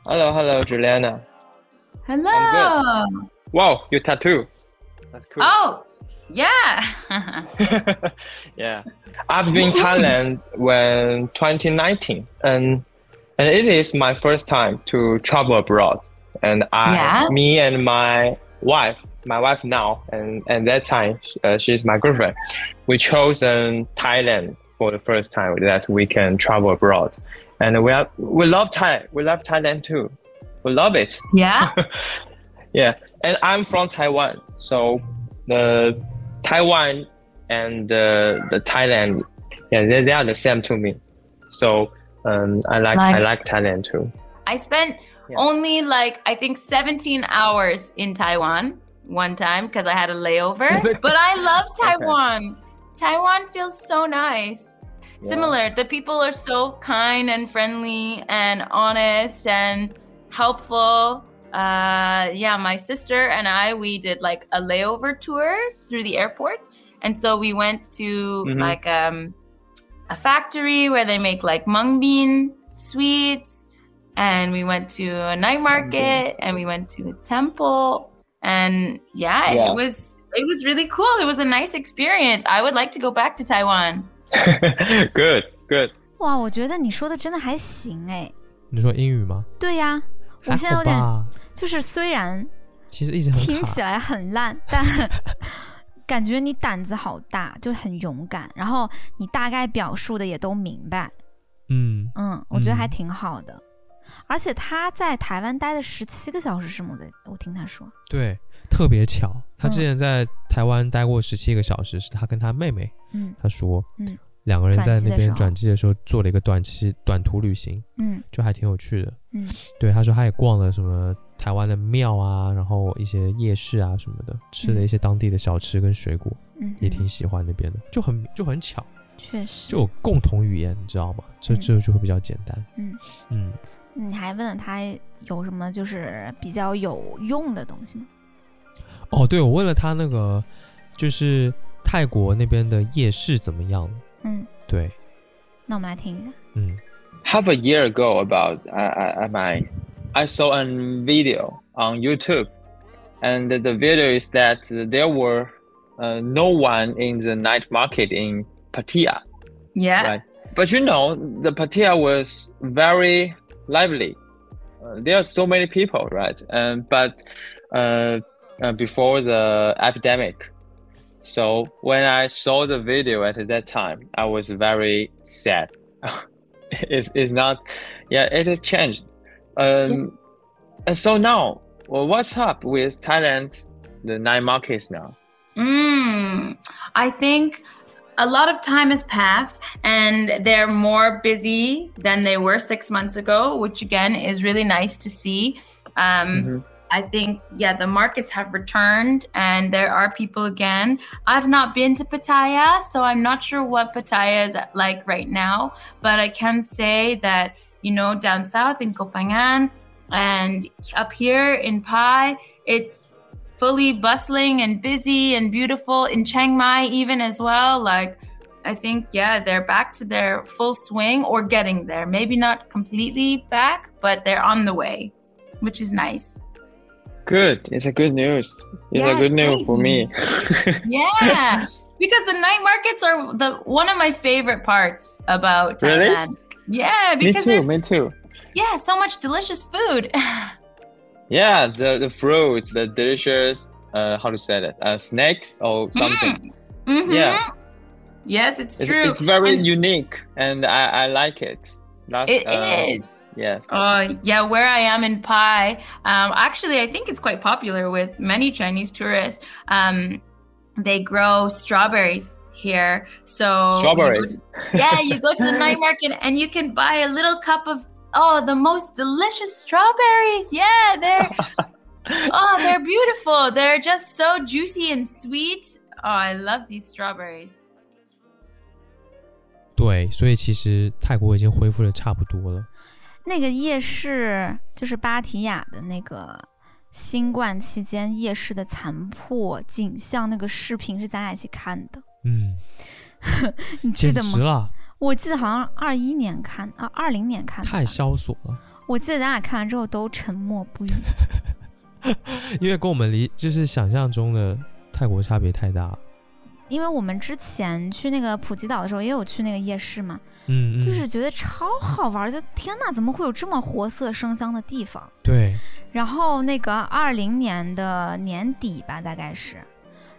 Speaker 4: Hello, hello, Juliana.
Speaker 5: Hello.
Speaker 4: Wow, your tattoo. That's cool.
Speaker 5: Oh, yeah.
Speaker 4: yeah. I've been Thailand when 2019, and and it is my first time to travel abroad. And I,
Speaker 5: Yeah?
Speaker 4: me and my wife
Speaker 3: my wife now, and at that time, uh, she's my girlfriend. We chose um, Thailand for the first time that we can travel abroad, and we are, we love Thai. We love Thailand too. We love it.
Speaker 5: Yeah.
Speaker 3: Yeah, and I'm from Taiwan, so the Taiwan and uh, the Thailand, yeah, they, they are the same to me. So um, I like, I like Thailand too.
Speaker 5: I spent
Speaker 3: Yeah.
Speaker 5: only like I think 17 hours in Taiwan one time because I had a layover. but I love Taiwan. Taiwan feels so nice. Similar, the people are so kind and friendly and honest and helpful. Uh, yeah, my sister and I we did like a layover tour through the airport, and so we went to
Speaker 3: Mhm.
Speaker 5: like um, a factory where they make like mung bean sweets and we went to a night market and we went to the temple and yeah,
Speaker 3: Yeah.
Speaker 5: it was it was really cool it was a nice experience i would like to go back to taiwan
Speaker 3: good, good.
Speaker 2: 哇，我觉得你说的真的还行哎。
Speaker 6: 你说英语吗？
Speaker 2: 对呀、我现在有
Speaker 6: 还好
Speaker 2: 点
Speaker 6: 吧，
Speaker 2: 就是虽然
Speaker 6: 其实一直很
Speaker 2: 听
Speaker 6: 卡
Speaker 2: 起。来很 烂，但感觉你胆子好大，就很勇敢，然后你大概表述的也都明白，
Speaker 6: 嗯，
Speaker 2: 嗯，我觉得还
Speaker 6: 嗯
Speaker 2: 挺好的。而且他在台湾待了十七个小时，是吗？我在我听他说，
Speaker 6: 对，特别巧。他
Speaker 2: 嗯
Speaker 6: 之前在台湾待过十七个小时，是他跟他妹妹，
Speaker 2: 嗯
Speaker 6: 他说，
Speaker 2: 嗯，
Speaker 6: 两个人
Speaker 2: 转
Speaker 6: 在
Speaker 2: 机
Speaker 6: 那
Speaker 2: 的时
Speaker 6: 边
Speaker 2: 候
Speaker 6: 转机的时候做了一个短期短途旅行，
Speaker 2: 嗯
Speaker 6: 就还挺有趣的。
Speaker 2: 嗯，
Speaker 6: 对，他说他也逛了什么台湾的庙啊，然后一些夜市啊什么的，吃了一
Speaker 2: 嗯
Speaker 6: 些当地的小吃跟水果，
Speaker 2: 嗯，嗯
Speaker 6: 也挺喜欢那边的，就很就很巧，
Speaker 2: 确实。
Speaker 6: 就有共同语言，你知道吗？这
Speaker 2: 嗯
Speaker 6: 这就会比较简单。
Speaker 2: 嗯
Speaker 6: 嗯，
Speaker 2: 你还问了他有什么就是比较有用的东西吗？
Speaker 6: 哦，对，我问了他那个就是泰国那边的夜市怎么样？
Speaker 2: 嗯，
Speaker 6: 对，
Speaker 2: 那我们来听一下。
Speaker 6: 嗯
Speaker 3: half a year ago about I, I, I might I saw a video on YouTube, and the video is that there were uh, no one in the night market in Pattaya,
Speaker 5: yeah
Speaker 3: right? But you know, the Pattaya was very lively. Uh, there are so many people, right? Um, but uh, uh, before the epidemic. So when I saw the video at that time, I was very sad. it's, it's not, yeah, it has changed. Um, And so now, well, what's up with Thailand, the nine markets now?
Speaker 5: Mm, I think a lot of time has passed and they're more busy than they were six months ago, which again is really nice to see. Um,
Speaker 3: Mhm.
Speaker 5: I think, yeah, the markets have returned and there are people again. I've not been to Pattaya, so I'm not sure what Pattaya is like right now, but I can say that, you know, down south in Copangan and up here in Pai, it's fully bustling and busy and beautiful in Chiang Mai, even as well. Like, I think, yeah, they're back to their full swing or getting there. Maybe not completely back, but they're on the way, which is nice.
Speaker 3: Good. It's a good news. It's
Speaker 5: Yeah,
Speaker 3: a good
Speaker 5: it's
Speaker 3: news
Speaker 5: great
Speaker 3: for me.
Speaker 5: Yeah, because the night markets are the one of my favorite parts about
Speaker 3: Really?
Speaker 5: Thailand. Yeah,
Speaker 3: me
Speaker 5: because
Speaker 3: too.
Speaker 5: there's
Speaker 3: Me too.
Speaker 5: yeah so much delicious food.
Speaker 3: Yeah, the, the fruits, the delicious, uh, how to say that, uh, snacks
Speaker 5: Mm,
Speaker 3: or something.
Speaker 5: Mhm.
Speaker 3: Yeah.
Speaker 5: Yes, it's
Speaker 3: It's,
Speaker 5: true.
Speaker 3: it's very
Speaker 5: And
Speaker 3: unique and I, I like it. That's,
Speaker 5: It
Speaker 3: uh,
Speaker 5: is.
Speaker 3: Yes.
Speaker 5: Uh, yeah, where I am in Pai, um, actually, I think it's quite popular with many Chinese tourists. Um, they grow strawberries here, so you go-
Speaker 3: Strawberries.
Speaker 5: yeah, you go to the night market and you can buy a little cup of oh, the most delicious strawberries. Yeah, they're oh, they're beautiful. They're just so juicy and sweet. Oh, I love these strawberries.
Speaker 6: 对，所以其实泰国已经恢复的差不多了。
Speaker 2: 那个夜市就是芭提雅的那个新冠期间夜市的残破景象，那个视频是咱俩一起看的，
Speaker 6: 嗯，
Speaker 2: 你记
Speaker 6: 简
Speaker 2: 得
Speaker 6: 直
Speaker 2: 吗？
Speaker 6: 了，
Speaker 2: 我记得好像二一年看啊，二零年看的
Speaker 6: 太
Speaker 2: 吧。
Speaker 6: 萧索了。
Speaker 2: 我记得咱俩看完之后都沉默不语。
Speaker 6: 因为跟我们离就是想象中的泰国差别太大了。
Speaker 2: 因为我们之前去那个普吉岛的时候也有去那个夜市嘛，
Speaker 6: 嗯，嗯
Speaker 2: 就是觉得超好玩儿，就天呐，怎么会有这么活色生香的地方？
Speaker 6: 对，
Speaker 2: 然后那个二零年的年底吧，大概是，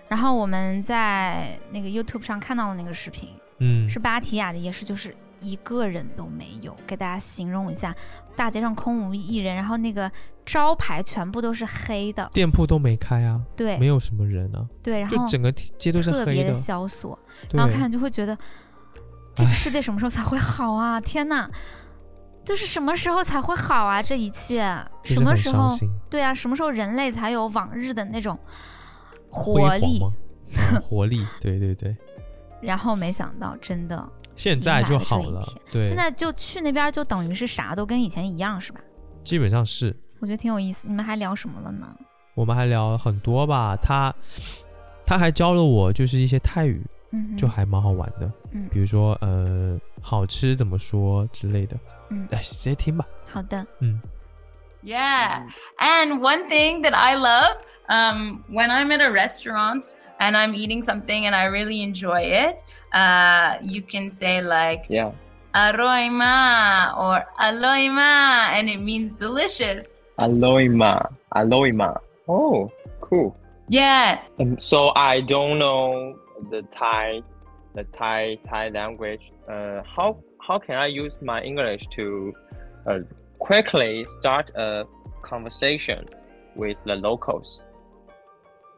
Speaker 2: 然后我们在那个 YouTube 上看到了那个视频，
Speaker 6: 嗯，
Speaker 2: 是芭提雅的夜市，就是一个人都没有。给大家形容一下，大街上空无一人，然后那个招牌全部都是黑的，
Speaker 6: 店铺都没开啊，没
Speaker 2: 对
Speaker 6: 有什么人啊，
Speaker 2: 对，然
Speaker 6: 就
Speaker 2: 后
Speaker 6: 整个街都是
Speaker 2: 特
Speaker 6: 黑
Speaker 2: 别的
Speaker 6: 的，
Speaker 2: 萧索，
Speaker 6: 对
Speaker 2: 然后看就会觉得这个
Speaker 6: 唉
Speaker 2: 世界什么时候才会好啊？天呐，就是什么时候才会好啊？这一切
Speaker 6: 就是
Speaker 2: 什么
Speaker 6: 很
Speaker 2: 时
Speaker 6: 伤
Speaker 2: 候？
Speaker 6: 心
Speaker 2: 对啊，什么时候人类才有往日的那种
Speaker 6: 辉
Speaker 2: 活
Speaker 6: 煌
Speaker 2: 力？
Speaker 6: 吗？嗯活力，对对对，
Speaker 2: 然后没想到，真的，
Speaker 6: 现在就好
Speaker 2: 迎来
Speaker 6: 了
Speaker 2: 了这一，
Speaker 6: 对，
Speaker 2: 现在就去那边就等于是啥都跟以前一样，是吧？
Speaker 6: 基本上是
Speaker 2: 我觉得挺有意思。你们还聊什么了呢？
Speaker 6: 我们还聊了很多吧，他他还教了我就是一些泰语，
Speaker 2: 嗯哼，
Speaker 6: 就还蛮好玩的，
Speaker 2: 嗯
Speaker 6: 比如说呃好吃怎么说之类的，
Speaker 2: 嗯
Speaker 6: 哎，直接听吧，
Speaker 2: 好的，
Speaker 5: Yeah. And one thing that I love um, when I'm at a restaurant and I'm eating something and I really enjoy it, uh, you can say like
Speaker 3: Yeah.
Speaker 5: aroima or aloima and it means delicious.
Speaker 3: Aloima. Aloima. Oh, cool.
Speaker 5: Yeah.
Speaker 3: Um, so I don't know the Thai, the Thai Thai language. Uh, how how can I use my English to uh, quickly start a conversation with the locals?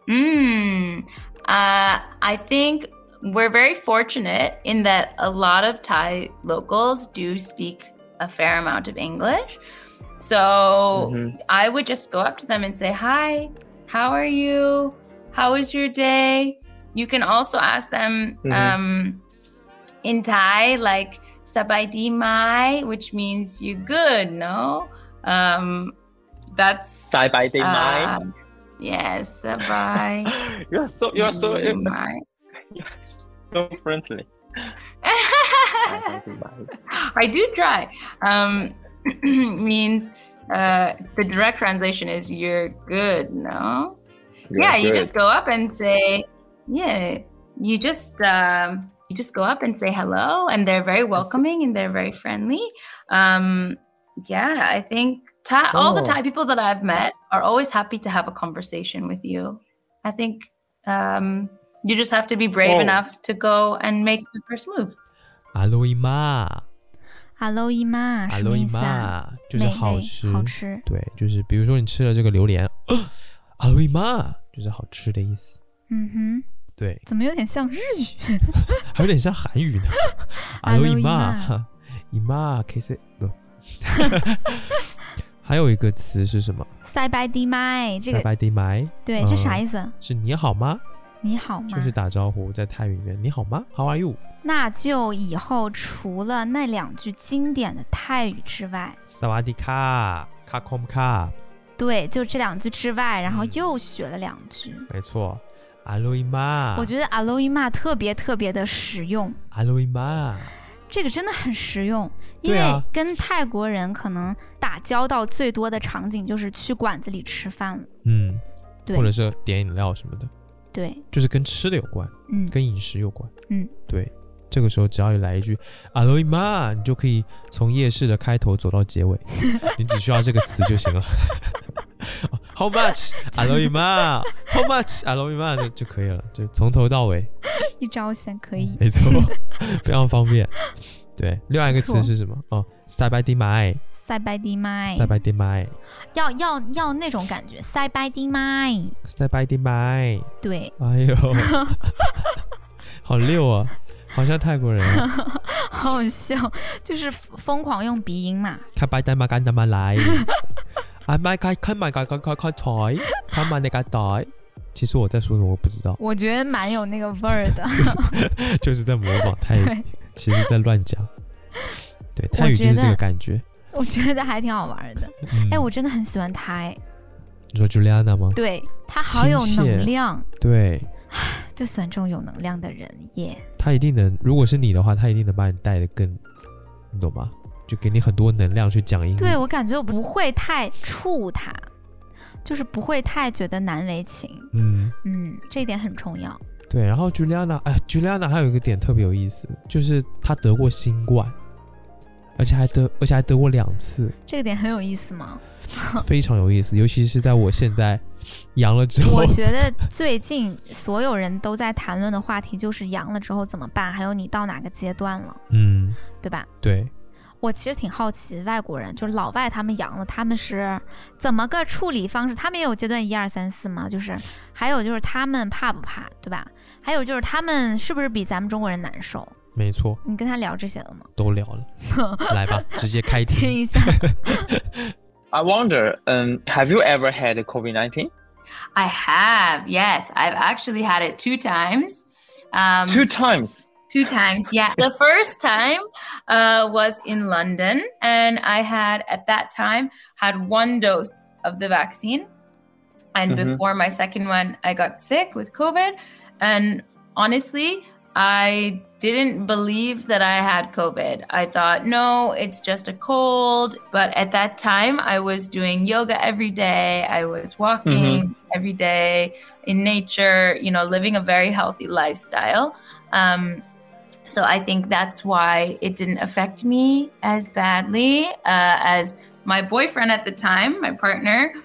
Speaker 5: Mm. Uh, I think we're very fortunate in that a lot of Thai locals do speak a fair amount of English. So Oh,
Speaker 3: Mhm.
Speaker 5: I would just go up to them and say, Hi, how are you? How was your day? You can also ask them
Speaker 3: Mhm.
Speaker 5: um, in Thai, like, Sabai di mai, which means you good, no? Um, that's
Speaker 3: Thai by day
Speaker 5: uh, yes, sabai.
Speaker 3: mine. You're so you're so
Speaker 5: di
Speaker 4: Mm.
Speaker 3: you're
Speaker 5: mai.
Speaker 3: so friendly. Thai by day mine.
Speaker 5: I do try. Um, means uh, the direct translation is you're good, no?
Speaker 3: You're
Speaker 5: yeah, you
Speaker 3: good.
Speaker 5: just go up and say, yeah, you just um, you just go up and say hello, and they're very welcoming and they're very friendly. Um, yeah, I think Thai, all the
Speaker 3: Oh.
Speaker 5: Thai people that I've met are always happy to have a conversation with you. I think um, you just have to be brave
Speaker 3: Oh.
Speaker 5: enough to go and make the first move.
Speaker 6: 阿洛伊玛，
Speaker 2: 阿洛伊玛
Speaker 6: 阿
Speaker 2: 啊什
Speaker 6: 洛
Speaker 2: 么
Speaker 6: 伊
Speaker 2: 意思啊？
Speaker 6: 玛就是
Speaker 2: 美
Speaker 6: 好
Speaker 2: 味
Speaker 6: 吃，
Speaker 2: 好吃。
Speaker 6: 对，就是比如说你吃了这个榴莲， 阿洛伊玛就是好吃的意思，
Speaker 2: 嗯哼，
Speaker 6: 对，
Speaker 2: 怎么有点像日语？
Speaker 6: 还有点像韩语呢，阿洛伊玛，伊玛 K C 不， 还有一个词是什么？
Speaker 2: 塞拜迪麦，这
Speaker 6: 塞
Speaker 2: 个
Speaker 6: 拜迪埋
Speaker 2: 对，这啥
Speaker 6: 嗯
Speaker 2: 意思？
Speaker 6: 是你好吗？
Speaker 2: 你好吗？
Speaker 6: 就是打招呼，在泰语里面你好吗？How are you？
Speaker 2: 那就以后除了那两句经典的泰语之外，
Speaker 6: 萨瓦迪卡，卡空卡，
Speaker 2: 对，就这两句之外，然后
Speaker 6: 嗯
Speaker 2: 又学了两句。
Speaker 6: 没错，阿洛伊玛，
Speaker 2: 我觉得阿洛伊玛特别特别的实用，
Speaker 6: 阿洛伊玛，
Speaker 2: 这个真的很实用，因
Speaker 6: 对啊
Speaker 2: 为跟泰国人可能打交道最多的场景就是去馆子里吃饭了。
Speaker 6: 嗯，
Speaker 2: 对
Speaker 6: 或者是点饮料什么的，
Speaker 2: 对，
Speaker 6: 就是跟吃的有关，
Speaker 2: 嗯，
Speaker 6: 跟饮食有关。
Speaker 2: 嗯，
Speaker 6: 对，这个时候只要来一句阿洛伊玛，你就可以从夜市的开头走 到结尾，你只需要这个词就行了。How much？阿洛伊玛，How much？阿洛伊玛就就可以了，就从头到尾。
Speaker 2: 一招鲜可以。
Speaker 6: 没错，非常方便。对，另外一个
Speaker 2: 不
Speaker 6: 词
Speaker 2: 错
Speaker 6: 是什么？哦，塞拜迪麦，
Speaker 2: 塞拜迪麦
Speaker 6: 塞，拜迪麦，
Speaker 2: 要要要那种感觉，塞拜迪麦，
Speaker 6: 塞拜迪麦。
Speaker 2: 对，
Speaker 6: 哎呦，好溜啊，好像泰国人啊。
Speaker 2: 好好笑，就是疯狂用鼻音嘛。
Speaker 6: 开拜迪麦干干嘛来？啊麦开开麦开开开开台，开麦那个台。其实我在说什么我不知道，
Speaker 2: 我觉得蛮有那个味儿的。
Speaker 6: 就是在模仿泰语
Speaker 2: 对，
Speaker 6: 其实在乱讲。对，泰语
Speaker 2: 我
Speaker 6: 就
Speaker 2: 觉
Speaker 6: 是这个
Speaker 2: 得
Speaker 6: 感觉。
Speaker 2: 我觉得还挺好玩的。
Speaker 6: 嗯
Speaker 2: 哎，我真的很喜欢他，哎，
Speaker 6: 你说 Juliana 吗？
Speaker 2: 对他好有
Speaker 6: 亲切
Speaker 2: 能量，
Speaker 6: 对，
Speaker 2: 就喜欢这种有能量的人耶。
Speaker 6: 他一定能，如果是你的话，他一定能把你带的更，你懂吗？就给你很多能量去讲英语。
Speaker 2: 对我感觉我不会太怵他，就是不会太觉得难为情。
Speaker 6: 嗯，
Speaker 2: 嗯，这一点很重要。
Speaker 3: 对，然后 Juliana，哎，Juliana 还有一个点特别有意思，就是她得过新冠，而且还得，而且还得过两次，
Speaker 2: 这个点很有意思吗？
Speaker 3: 非常有意思。尤其是在我现在 阳了之后
Speaker 2: 我，觉得最近所有人都在谈论的话题就是阳了之后怎么办，还有你到哪个阶段了，
Speaker 3: 嗯，
Speaker 2: 对吧？
Speaker 3: 对，
Speaker 2: 我其实挺好奇外国人，就是老外他们阳了，他们是怎么个处理方式？他们也有阶段一二三四吗？就是还有就是他们怕不怕，对吧？还有就是他们是不是比咱们中国人难受？
Speaker 3: 没错，
Speaker 2: 你跟他聊这些了吗？
Speaker 3: 都聊了，来吧，直接开
Speaker 2: 听
Speaker 3: 题。
Speaker 2: 一下，
Speaker 4: I wonder, um, have you ever had COVID 19?
Speaker 5: I have, yes. I've actually had it two times. Um,
Speaker 4: Two times.
Speaker 5: Two times, yeah. The first time uh, was in London, and I had at that time had one dose of the vaccine, and
Speaker 4: Mhm.
Speaker 5: before my second one, I got sick with COVID, and honestly, I didn't believe that I had COVID. I thought, no, it's just a cold. But at that time, I was doing yoga every day. I was walking every day in nature. You know, living a very healthy lifestyle. Um, so I think that's why it didn't affect me as badly uh, as my boyfriend at the time, my partner.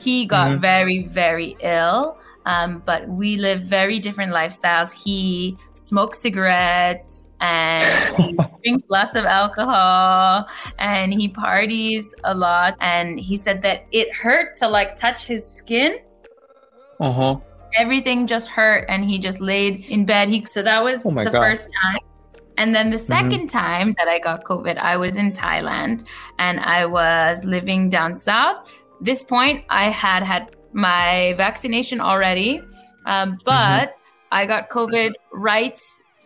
Speaker 5: He got
Speaker 4: Mhm.
Speaker 5: very, very ill. Um, but we live very different lifestyles. He smokes cigarettes and he drinks lots of alcohol and he parties a lot. And he said that it hurt to like touch his skin
Speaker 4: Uh
Speaker 3: Uh-huh.
Speaker 4: huh.
Speaker 5: everything just hurt and he just laid in bed he so that was
Speaker 4: Oh my
Speaker 5: the
Speaker 4: God. Mm-hmm.
Speaker 5: first time and then the 2nd time that i got covid i was in thailand and i was living down south this point i had had my vaccination already
Speaker 4: Mm-hmm.
Speaker 5: um, but i got covid right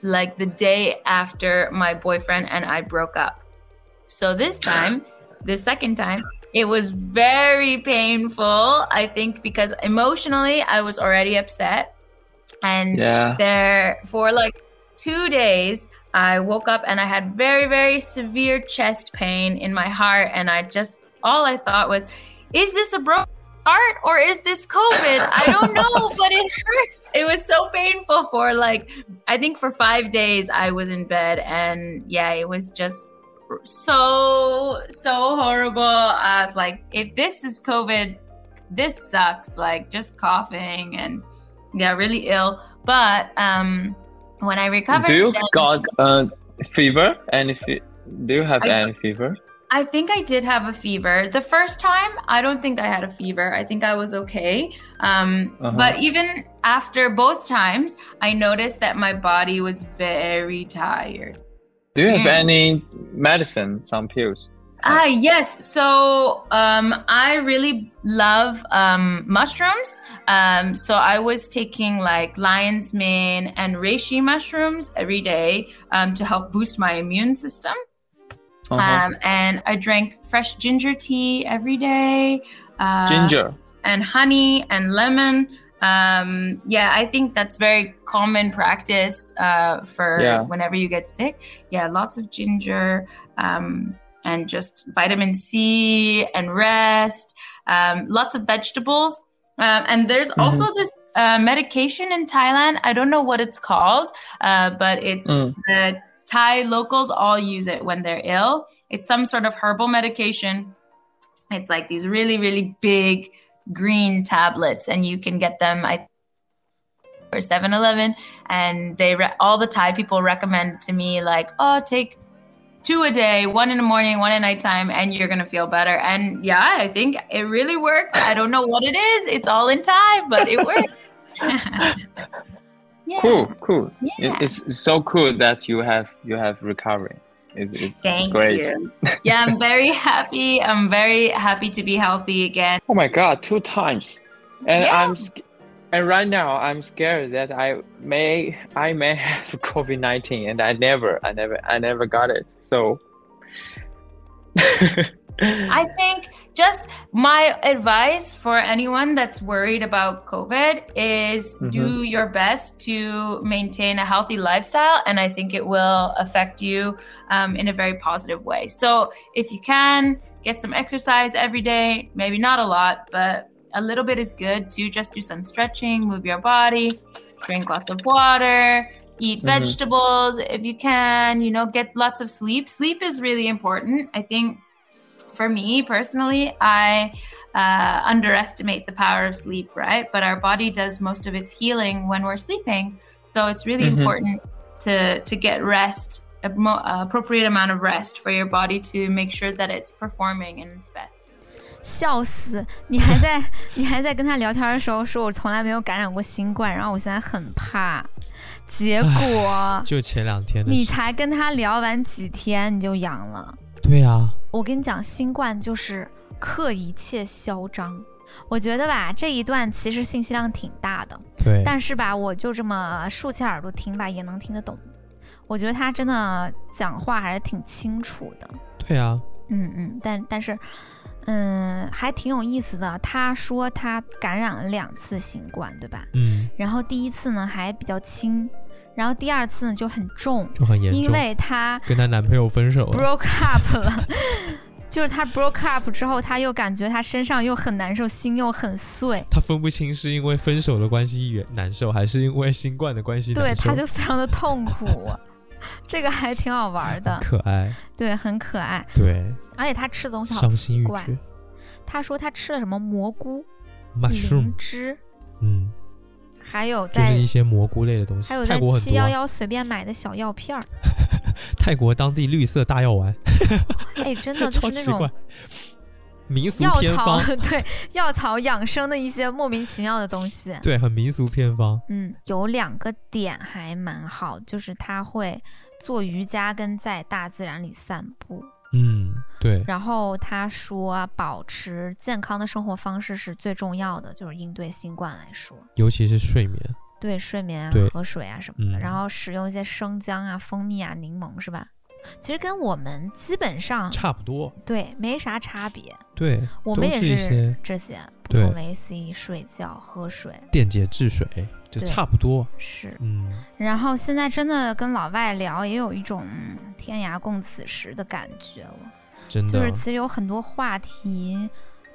Speaker 5: like the day after my boyfriend and i broke up so this time the second time it was very painful, I think, because emotionally I was already upset. And
Speaker 4: Yeah.
Speaker 5: there for like two days, I woke up and I had very, very severe chest pain in my heart. And I just, all I thought was, is this a broken heart or is this COVID? I don't know, but it hurts. It was so painful for like, I think for five days I was in bed. And yeah, it was just so so horrible. I was like, if this is COVID, this sucks. Like just coughing and yeah, really ill. But um, when I recovered,
Speaker 4: Do you
Speaker 5: then-
Speaker 4: got uh, fever? Any fe- do you have
Speaker 5: I-
Speaker 4: any fever?
Speaker 5: I think I did have a fever. The first time, I don't think I had a fever. I think I was okay. Um,
Speaker 4: Uh-huh.
Speaker 5: But even after both times, I noticed that my body was very tired.
Speaker 4: Do you have
Speaker 5: Mm.
Speaker 4: any medicine, some pills?
Speaker 5: Ah, yes. So um, I really love um, mushrooms. Um, so I was taking like lion's mane and reishi mushrooms every day um, to help boost my immune system.
Speaker 4: Uh-huh.
Speaker 5: Um, and I drank fresh ginger tea every day. Uh,
Speaker 4: Ginger.
Speaker 5: and honey and lemon. Um, yeah, I think that's very common practice uh, for
Speaker 4: Yeah.
Speaker 5: whenever you get sick. Yeah, lots of ginger um, and just vitamin C and rest, um, lots of vegetables. Um, and there's
Speaker 4: Mm-hmm.
Speaker 5: also this uh, medication in Thailand. I don't know what it's called, uh, but it's
Speaker 4: Mm.
Speaker 5: the Thai locals all use it when they're ill. It's some sort of herbal medication. It's like these really, really big green tablets, and you can get them I or 7-Eleven, and they re- all the Thai people recommend to me like, oh, take two a day, one in the morning, one at nighttime, and you're gonna feel better. And yeah, I think it really worked. I don't know what it is. It's all in Thai, but it worked. yeah.
Speaker 4: Cool, cool.
Speaker 5: Yeah.
Speaker 4: It, it's so cool that you have you have recovery. It's, it's
Speaker 5: Thank
Speaker 4: great.
Speaker 5: you. Yeah, I'm very happy. I'm very happy to be healthy again.
Speaker 4: Oh my god, two times. And
Speaker 5: Yeah.
Speaker 4: I'm sc- and right now I'm scared that I may I may have COVID-19 and I never I never I never got it. So
Speaker 5: I think just my advice for anyone that's worried about COVID is do your best to maintain a healthy lifestyle. And I think it will affect you um, in a very positive way. So if you can, get some exercise every day, maybe not a lot, but a little bit is good too. Just do some stretching, move your body. drink lots of water, eat
Speaker 3: Mhm.
Speaker 5: vegetables if you can, you know, get lots of sleep. Sleep is really important. I think for me personally, I uh, underestimate the power of sleep, right? But our body does most of its healing when we're sleeping. So it's really
Speaker 3: Mhm.
Speaker 5: important to, to get rest, a mo- appropriate amount of rest for your body to make sure that it's performing in its best.
Speaker 2: 笑死！你还在 你还在跟他聊天的时候说，我从来没有感染过新冠，然后我现在很怕。结果
Speaker 6: 就前两天的事。
Speaker 2: 你才跟他聊完几天你就阳了。
Speaker 6: 对啊，
Speaker 2: 我跟你讲，新冠就是克一切嚣张。我觉得吧，这一段其实信息量挺大的，
Speaker 6: 对，
Speaker 2: 但是吧，我就这么竖起耳朵听吧，也能听得懂。我觉得他真的讲话还是挺清楚的。
Speaker 6: 对啊，
Speaker 2: 嗯嗯，但但是，嗯，还挺有意思的。他说他感染了两次新冠，对吧？
Speaker 6: 嗯，
Speaker 2: 然后第一次呢还比较轻，然后第二次呢就很重，
Speaker 6: 就很严
Speaker 2: 因
Speaker 6: 重。
Speaker 2: 为他
Speaker 6: 跟她男朋友分手了，
Speaker 2: broke up 了。 就是他 broke up 之后，他又感觉他身上又很难受，心又很碎，
Speaker 6: 她分不清是因为分手的关系远难受，还是因为新冠的关系
Speaker 2: 对，
Speaker 6: 难受。
Speaker 2: 他就非常的痛 苦。这个还挺好玩的，
Speaker 6: 可爱，
Speaker 2: 对，很可爱，
Speaker 6: 对，
Speaker 2: 而且他吃的东西好
Speaker 6: 伤心
Speaker 2: 奇
Speaker 6: 欲
Speaker 2: 怪。
Speaker 6: 绝
Speaker 2: 他说他吃了什么蘑菇、
Speaker 6: ，mushroom，
Speaker 2: 灵芝，
Speaker 6: 嗯，
Speaker 2: 还有
Speaker 6: 就
Speaker 2: 在
Speaker 6: 是一些蘑菇类的东西
Speaker 2: 还有。
Speaker 6: 泰
Speaker 2: 在
Speaker 6: 国很
Speaker 2: 七
Speaker 6: 多
Speaker 2: 幺
Speaker 6: 啊，
Speaker 2: 幺随便买的小药片儿，
Speaker 6: 泰国当地绿色大药丸，
Speaker 2: 哎，真 的就
Speaker 6: 超
Speaker 2: 是那
Speaker 6: 奇怪
Speaker 2: 种。
Speaker 6: 民 俗
Speaker 2: 药
Speaker 6: 偏
Speaker 2: 草
Speaker 6: 方，，
Speaker 2: 对药草养生的一些莫名其妙的东西。
Speaker 6: 对，很民俗偏方。
Speaker 2: 嗯，有两个点还蛮好，就是他会做瑜伽跟在大自然里散步。
Speaker 6: 嗯，对，
Speaker 2: 然后他说，保持健康的生活方式是最重要的，就是应对新冠来说，
Speaker 6: 尤其是睡眠，
Speaker 2: 对睡眠啊
Speaker 6: 对、
Speaker 2: 喝水啊什么的。
Speaker 6: 嗯
Speaker 2: 然后使用一些生姜啊、蜂蜜啊、柠檬是吧？其实跟我们基本上
Speaker 6: 差不多。
Speaker 2: 对没啥差别。
Speaker 6: 对，
Speaker 2: 嗯我
Speaker 6: 都
Speaker 2: 们也
Speaker 6: 是一些
Speaker 2: 这些，补
Speaker 6: 对
Speaker 2: 充维 C、睡觉、喝水
Speaker 6: 电解质水，就
Speaker 2: 对
Speaker 6: 差不多。
Speaker 2: 是。
Speaker 6: 嗯，
Speaker 2: 然后现在真的跟老外聊，也有一种嗯天涯共此时的感觉了。
Speaker 6: 真
Speaker 2: 就是
Speaker 6: 的啊
Speaker 2: 其，实有很多话题，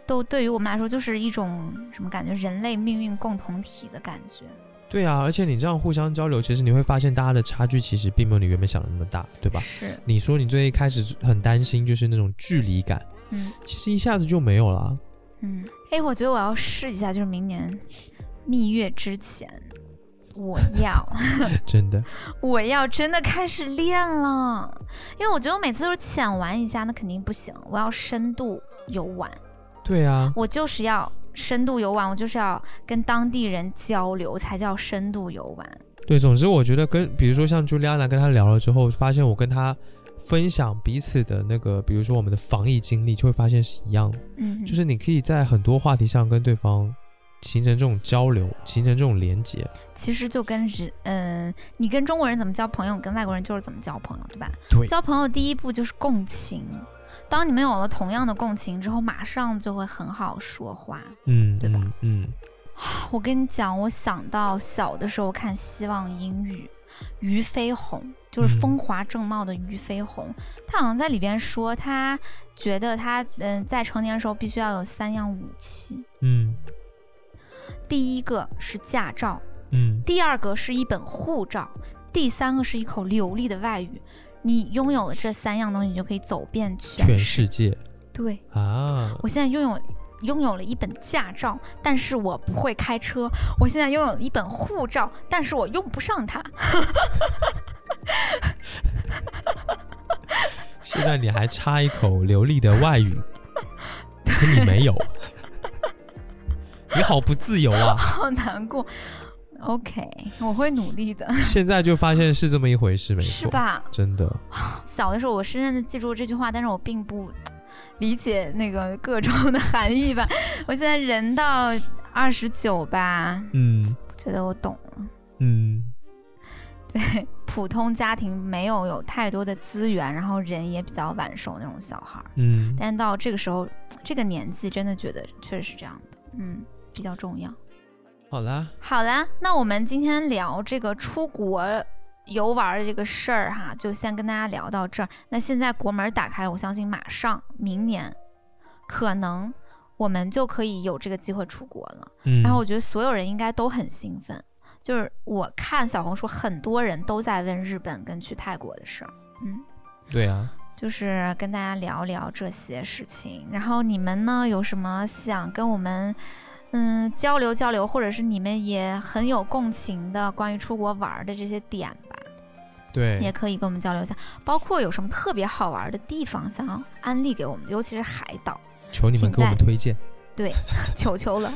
Speaker 2: 都对于我们来说就是一种什么感觉？人类命运共同体的感觉。
Speaker 6: 对啊。而且你这样互相交流，其实你会发现大家的差距其实并没有你原本想的那么大，对吧？
Speaker 2: 是，
Speaker 6: 你说你最一开始很担心就是那种距离感，
Speaker 2: 嗯
Speaker 6: 其实一下子就没有了。啊
Speaker 2: 嗯。哎，我觉得我要试一下，就是明年 蜜月之前，我要。
Speaker 6: 真的，
Speaker 2: 我要真的开始练了，因为我觉得我每次都是浅玩一下，那肯定不行。我要深度游玩，
Speaker 6: 对啊，
Speaker 2: 我就是要深度游玩，我就是要跟当地人交流，才叫深度游玩。
Speaker 6: 对。总之，我觉得跟比如说像 Juliana 跟他聊了之后，发现我跟他分享彼此的那个，比如说我们的防疫经历，就会发现是一样的。
Speaker 2: 嗯，
Speaker 6: 就是你可以在很多话题上跟对方形成这种交流，形成这种连接。
Speaker 2: 其实就跟人，嗯，你跟中国人怎么交朋友，跟外国人就是怎么交朋友，对吧？
Speaker 6: 对
Speaker 2: 交朋友第一步就是共情，当你们有了同样的共情之后，马上就会很好说话。
Speaker 6: 嗯，
Speaker 2: 对吧
Speaker 6: 嗯？嗯，
Speaker 2: 我跟你讲，我想到小的时候看《希望英语》，俞飞鸿就是
Speaker 6: 嗯
Speaker 2: 风华正茂的俞飞鸿，他好像在里边说，他觉得他嗯、呃在成年的时候必须要有三样武器，
Speaker 6: 嗯
Speaker 2: 第一个是驾照，
Speaker 6: 嗯，
Speaker 2: 第二个是一本护照，第三个是一口流利的外语。你拥有了这三样东西，你就可以走遍全
Speaker 6: 全
Speaker 2: 世
Speaker 6: 世界
Speaker 2: 对，
Speaker 6: 啊，
Speaker 2: 我现在拥有拥有了一本驾照，但是我不会开车；我现在拥有了一本护照，但是我用不上它。
Speaker 6: 现在你还差一口流利的外 语，可你没有，你好不自由啊！
Speaker 2: 好难过。OK，我会努力的，
Speaker 6: 现在就发现是这么一回事，没
Speaker 2: 是
Speaker 6: 错，
Speaker 2: 吧？
Speaker 6: 真的，
Speaker 2: 小的时候我深深的记住这句话，但是我并不理解那个各种的含义吧。我现在人到二十九吧，
Speaker 6: 嗯
Speaker 2: 觉得我懂了。
Speaker 6: 嗯，
Speaker 2: 对，普通家庭没有有太多的资源，然后人也比较晚熟那种小孩儿。
Speaker 6: 嗯，
Speaker 2: 但是到这个时候，这个年纪，真的觉得确实是这样的，嗯，比较重要。
Speaker 6: 好啦，
Speaker 2: 好啦，那我们今天聊这个出国游玩的这个事儿哈，就先跟大家聊到这儿。那现在国门打开了，我相信马上明年可能我们就可以有这个机会出国了。
Speaker 6: 嗯，
Speaker 2: 然后我觉得所有人应该都很兴奋，就是我看小红书，很多人都在问日本跟去泰国的事儿。嗯，
Speaker 6: 对啊，
Speaker 2: 就是跟大家聊聊这些事情。然后你们呢，有什么想跟我们嗯交流交流，或者是你们也很有共情的关于出国玩儿的这些点吧，也
Speaker 6: 对，
Speaker 2: 可以跟我们交流一下。包括有什么特别好玩儿的地方想要安利给我们，尤其是海岛，
Speaker 6: 求你们
Speaker 2: 请
Speaker 6: 给我们
Speaker 2: 在
Speaker 6: 推荐。
Speaker 2: 求求 了。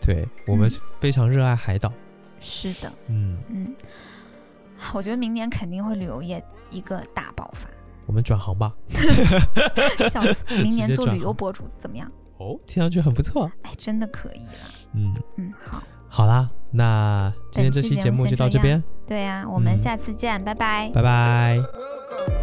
Speaker 6: 对我们
Speaker 2: 嗯
Speaker 6: 非常热爱海岛，
Speaker 2: 是的，
Speaker 6: 嗯，
Speaker 2: 嗯，我觉得明年肯定会旅游业一个大爆发。
Speaker 6: 我们转行吧。
Speaker 2: 笑 死！明年
Speaker 6: 直接
Speaker 2: 做
Speaker 6: 转
Speaker 2: 旅游
Speaker 6: 行
Speaker 2: 博主怎么样？
Speaker 6: 哦，听上去很不错。
Speaker 2: 哎，真的可以了。
Speaker 6: 嗯，
Speaker 2: 嗯，好，
Speaker 6: 好啦，那今天
Speaker 2: 本
Speaker 6: 这
Speaker 2: 期
Speaker 6: 期
Speaker 2: 节
Speaker 6: 节
Speaker 2: 目
Speaker 6: 目
Speaker 2: 先
Speaker 6: 就到
Speaker 2: 这
Speaker 6: 这边，
Speaker 2: 对呀、我们
Speaker 6: 嗯
Speaker 2: 下次见，拜拜。
Speaker 6: 拜拜。
Speaker 7: Welcome.